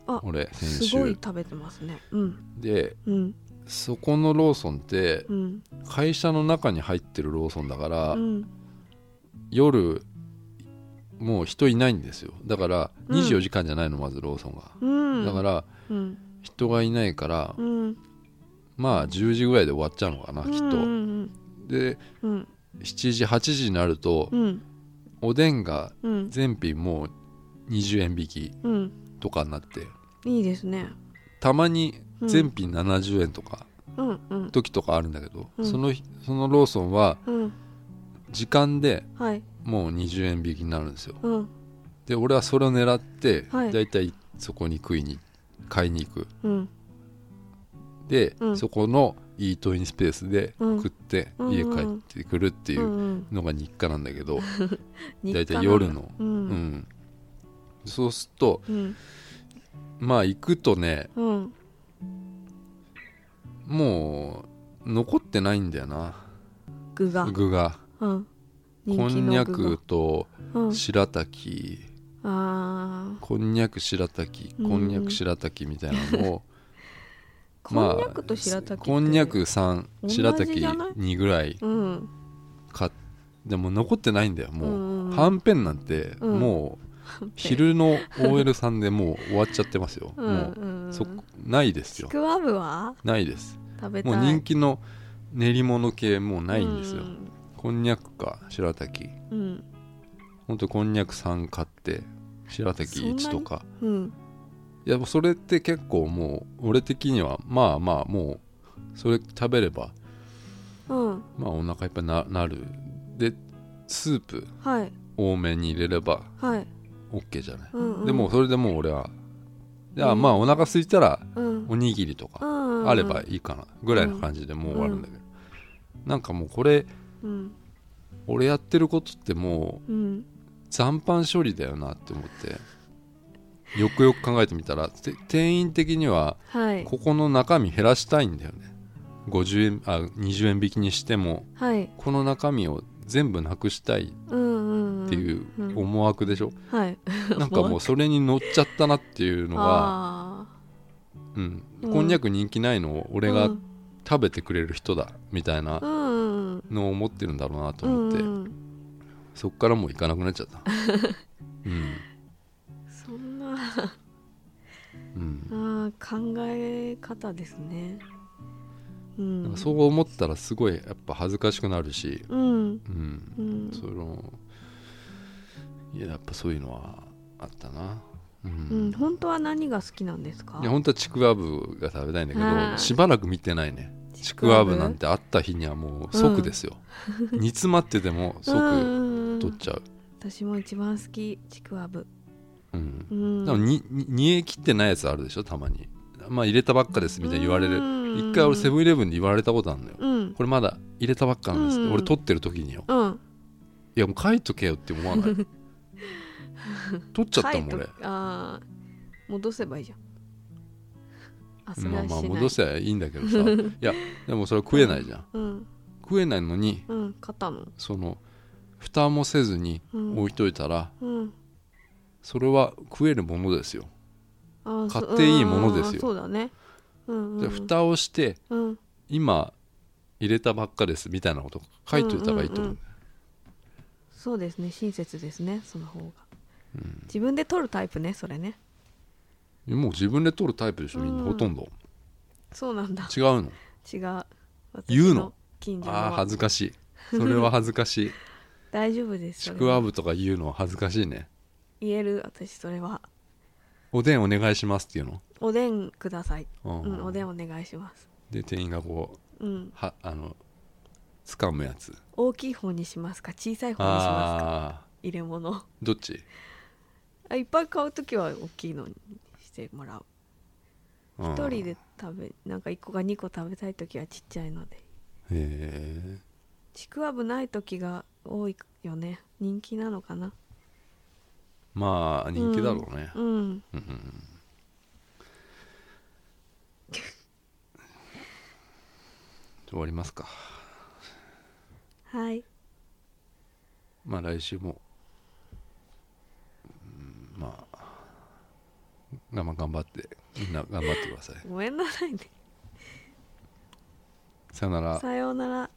[SPEAKER 1] あ
[SPEAKER 2] 俺先
[SPEAKER 1] すごい
[SPEAKER 2] 週
[SPEAKER 1] 食べてますねうん
[SPEAKER 2] で
[SPEAKER 1] うん
[SPEAKER 2] そこのローソンって
[SPEAKER 1] うん
[SPEAKER 2] 会社の中に入ってるローソンだから、
[SPEAKER 1] うん
[SPEAKER 2] 夜もう人いないんですよだから
[SPEAKER 1] うん
[SPEAKER 2] 24時間じゃないのまずローソンが、
[SPEAKER 1] うん
[SPEAKER 2] だから
[SPEAKER 1] うん
[SPEAKER 2] 人がいないから、
[SPEAKER 1] うん
[SPEAKER 2] まあ10時ぐらいで終わっちゃうのかな、きっ
[SPEAKER 1] うんう
[SPEAKER 2] と
[SPEAKER 1] ん
[SPEAKER 2] で
[SPEAKER 1] うん
[SPEAKER 2] 7時8時になると、
[SPEAKER 1] うん
[SPEAKER 2] おでんが
[SPEAKER 1] うん
[SPEAKER 2] 全品もう20円引き
[SPEAKER 1] うん
[SPEAKER 2] とかになって
[SPEAKER 1] いいですね
[SPEAKER 2] たまに
[SPEAKER 1] うん
[SPEAKER 2] 全品70円とか、
[SPEAKER 1] うんうん
[SPEAKER 2] 時とかあるんだけど、
[SPEAKER 1] うん
[SPEAKER 2] その日そのローソンは
[SPEAKER 1] うん
[SPEAKER 2] 時間で
[SPEAKER 1] はい
[SPEAKER 2] もう20円引きになるんですよ
[SPEAKER 1] うん
[SPEAKER 2] で俺はそれを狙って、
[SPEAKER 1] はい
[SPEAKER 2] だいたいそこに食いに買いに行く
[SPEAKER 1] うん
[SPEAKER 2] で、
[SPEAKER 1] うん
[SPEAKER 2] そこのイートインスペースで
[SPEAKER 1] うん
[SPEAKER 2] 食って
[SPEAKER 1] うん
[SPEAKER 2] 家帰ってくるって
[SPEAKER 1] う
[SPEAKER 2] い
[SPEAKER 1] ん
[SPEAKER 2] う
[SPEAKER 1] うん
[SPEAKER 2] のが日課なんだけど、
[SPEAKER 1] 日課
[SPEAKER 2] だいたい
[SPEAKER 1] な
[SPEAKER 2] 夜の、
[SPEAKER 1] う
[SPEAKER 2] うん
[SPEAKER 1] ん
[SPEAKER 2] そうすると
[SPEAKER 1] うん
[SPEAKER 2] まあ行くとね
[SPEAKER 1] うん
[SPEAKER 2] もう残ってないんだよな
[SPEAKER 1] 具が
[SPEAKER 2] 具が
[SPEAKER 1] うん
[SPEAKER 2] こ
[SPEAKER 1] 人気
[SPEAKER 2] んに
[SPEAKER 1] の
[SPEAKER 2] ゃ
[SPEAKER 1] 具
[SPEAKER 2] く
[SPEAKER 1] が
[SPEAKER 2] と
[SPEAKER 1] うん
[SPEAKER 2] 白滝、
[SPEAKER 1] あー
[SPEAKER 2] こんにゃく白滝
[SPEAKER 1] うん
[SPEAKER 2] こんにゃく白滝みたいなの
[SPEAKER 1] [LAUGHS]
[SPEAKER 2] を、
[SPEAKER 1] こ
[SPEAKER 2] まあ
[SPEAKER 1] んにゃくと白滝って
[SPEAKER 2] こんにゃく3
[SPEAKER 1] 同じじゃ
[SPEAKER 2] 白
[SPEAKER 1] ない
[SPEAKER 2] 滝2ぐらい
[SPEAKER 1] うん
[SPEAKER 2] 買ってでも残ってないんだよもう、
[SPEAKER 1] うん
[SPEAKER 2] はんぺんなんて
[SPEAKER 1] うん
[SPEAKER 2] もう昼の OL さんでもう終わっちゃってますよ、
[SPEAKER 1] うん
[SPEAKER 2] も
[SPEAKER 1] うんう
[SPEAKER 2] うんそないです
[SPEAKER 1] ち
[SPEAKER 2] よ
[SPEAKER 1] くわぶは
[SPEAKER 2] ないです
[SPEAKER 1] 食べた
[SPEAKER 2] も
[SPEAKER 1] いう
[SPEAKER 2] 人気の練り物系もうないんですよ、
[SPEAKER 1] うん
[SPEAKER 2] こんにゃくか白滝
[SPEAKER 1] うん
[SPEAKER 2] ほんとこんにゃく3買って白滝1とか
[SPEAKER 1] うん
[SPEAKER 2] いやもうそれって結構もう俺的にはまあまあもうそれ食べれば
[SPEAKER 1] うん
[SPEAKER 2] まあお腹いっぱいななるでスープ
[SPEAKER 1] はい
[SPEAKER 2] 多めに入れれば
[SPEAKER 1] はい
[SPEAKER 2] OK じゃない、
[SPEAKER 1] うんうん
[SPEAKER 2] でもうそれでもう俺はじゃあ
[SPEAKER 1] うん
[SPEAKER 2] まあお腹空いたら
[SPEAKER 1] うん
[SPEAKER 2] おにぎりとか
[SPEAKER 1] うん
[SPEAKER 2] あればいいかなぐらいの感じでもう終わるんだけど、なんかもうこれ
[SPEAKER 1] うん
[SPEAKER 2] 俺やってることってもう
[SPEAKER 1] うん
[SPEAKER 2] 残飯処理だよなって思ってよくよく考えてみたらて店員的には
[SPEAKER 1] はい
[SPEAKER 2] ここの中身減らしたいんだよね50円あ20円引きにしても
[SPEAKER 1] はい
[SPEAKER 2] この中身を全部なくしたい
[SPEAKER 1] うんうんん
[SPEAKER 2] っていう
[SPEAKER 1] うん
[SPEAKER 2] 思
[SPEAKER 1] [LAUGHS]
[SPEAKER 2] 惑でしょ、
[SPEAKER 1] はい
[SPEAKER 2] なんかもうそれに乗っちゃったなっていうのが、
[SPEAKER 1] あ
[SPEAKER 2] うん、
[SPEAKER 1] うん
[SPEAKER 2] こんにゃく人気ないのを
[SPEAKER 1] ー
[SPEAKER 2] 俺が
[SPEAKER 1] うん
[SPEAKER 2] 食べてくれる人だみたいな
[SPEAKER 1] うんうんうん
[SPEAKER 2] のを思ってるんだろうなと
[SPEAKER 1] う
[SPEAKER 2] 思
[SPEAKER 1] ん
[SPEAKER 2] って、
[SPEAKER 1] うん
[SPEAKER 2] そっからもう行かなくなっ
[SPEAKER 1] [LAUGHS]
[SPEAKER 2] ちゃったうん
[SPEAKER 1] そんな
[SPEAKER 2] う
[SPEAKER 1] あ
[SPEAKER 2] ん
[SPEAKER 1] ー考え方ですねう
[SPEAKER 2] なん
[SPEAKER 1] ん
[SPEAKER 2] かそう思ったらすごいやっぱ恥ずかしくなるし、
[SPEAKER 1] うん
[SPEAKER 2] うん
[SPEAKER 1] うん
[SPEAKER 2] そのいややっぱそういうのはあったなうん、
[SPEAKER 1] うん
[SPEAKER 2] い
[SPEAKER 1] 本当は何が好きなんですか
[SPEAKER 2] や本当はちくわぶが食べたいんだけ
[SPEAKER 1] あー
[SPEAKER 2] どしばらく見てないねちくわぶなんてあった日にはもう即です
[SPEAKER 1] [LAUGHS]
[SPEAKER 2] よ、煮詰まってても即
[SPEAKER 1] うん
[SPEAKER 2] 取っちゃう、
[SPEAKER 1] 私も一番好きちくわぶ
[SPEAKER 2] うん
[SPEAKER 1] うん
[SPEAKER 2] でもにに煮え切ってないやつあるでしょたまにまあ入れたばっかですみたいに言われ
[SPEAKER 1] う
[SPEAKER 2] る
[SPEAKER 1] ん
[SPEAKER 2] 一回俺セブンイレブンで言われたことあるのよ
[SPEAKER 1] うん
[SPEAKER 2] これまだ入れたばっかなんですっ
[SPEAKER 1] う
[SPEAKER 2] て
[SPEAKER 1] ん
[SPEAKER 2] 俺取ってる時によ
[SPEAKER 1] うん
[SPEAKER 2] いやもう書いとけよって思
[SPEAKER 1] [LAUGHS]
[SPEAKER 2] わない取っちゃったもん
[SPEAKER 1] 帰っ
[SPEAKER 2] 俺
[SPEAKER 1] とあー戻せばいいじゃんあそれ
[SPEAKER 2] まあ
[SPEAKER 1] はし
[SPEAKER 2] ま
[SPEAKER 1] な
[SPEAKER 2] あ
[SPEAKER 1] い、
[SPEAKER 2] 戻せばいいんだけどさいやでもそれは食えないじゃん
[SPEAKER 1] うん
[SPEAKER 2] 食えないのに
[SPEAKER 1] うん買ったの
[SPEAKER 2] その蓋もせずに
[SPEAKER 1] うん
[SPEAKER 2] 置いといたら
[SPEAKER 1] うん
[SPEAKER 2] それは食えるものですよ
[SPEAKER 1] あーそ
[SPEAKER 2] 買っていいものですよ
[SPEAKER 1] うんそうだねうんう
[SPEAKER 2] で
[SPEAKER 1] ん
[SPEAKER 2] 蓋をして
[SPEAKER 1] うん
[SPEAKER 2] 今入れたばっかですみたいなこと書いといた方がいいと思う,、
[SPEAKER 1] うんうんそうですね親切ですねその方が自分で取るタイプねそれね
[SPEAKER 2] もう自分で取るタイプでしょみんな
[SPEAKER 1] うん
[SPEAKER 2] ほとんど
[SPEAKER 1] そうなんだ
[SPEAKER 2] 違うの
[SPEAKER 1] 違う
[SPEAKER 2] 言う
[SPEAKER 1] 私
[SPEAKER 2] の
[SPEAKER 1] 近所の
[SPEAKER 2] ああー
[SPEAKER 1] は
[SPEAKER 2] 恥ずかしいそれは恥ずかしい
[SPEAKER 1] 大丈夫です
[SPEAKER 2] ち
[SPEAKER 1] それ
[SPEAKER 2] くわぶとか言うのは恥ずかしいね
[SPEAKER 1] 言える私それは
[SPEAKER 2] おでんお願いしますっていうの、
[SPEAKER 1] おでんください、
[SPEAKER 2] うん
[SPEAKER 1] うん、おでんお願いします
[SPEAKER 2] で店員がこう
[SPEAKER 1] うん
[SPEAKER 2] はあの掴むやつ
[SPEAKER 1] 大きい方にしますか小さい方にしますか
[SPEAKER 2] ああ
[SPEAKER 1] 入れ物
[SPEAKER 2] ーどっち、
[SPEAKER 1] あいっぱい買う時は大きいのにしてもらう
[SPEAKER 2] うん
[SPEAKER 1] 一人で食べなんか1個か2個食べたい時はちっちゃいので
[SPEAKER 2] へえ
[SPEAKER 1] ちくわぶない時が多いよね人気なのかな
[SPEAKER 2] まあ人気だろうね、
[SPEAKER 1] うん
[SPEAKER 2] 終わりますか
[SPEAKER 1] はい
[SPEAKER 2] まあ来週も、うん、まあ我慢頑張ってみんな頑張ってください
[SPEAKER 1] ごめんなさいね
[SPEAKER 2] さよなら
[SPEAKER 1] さようなら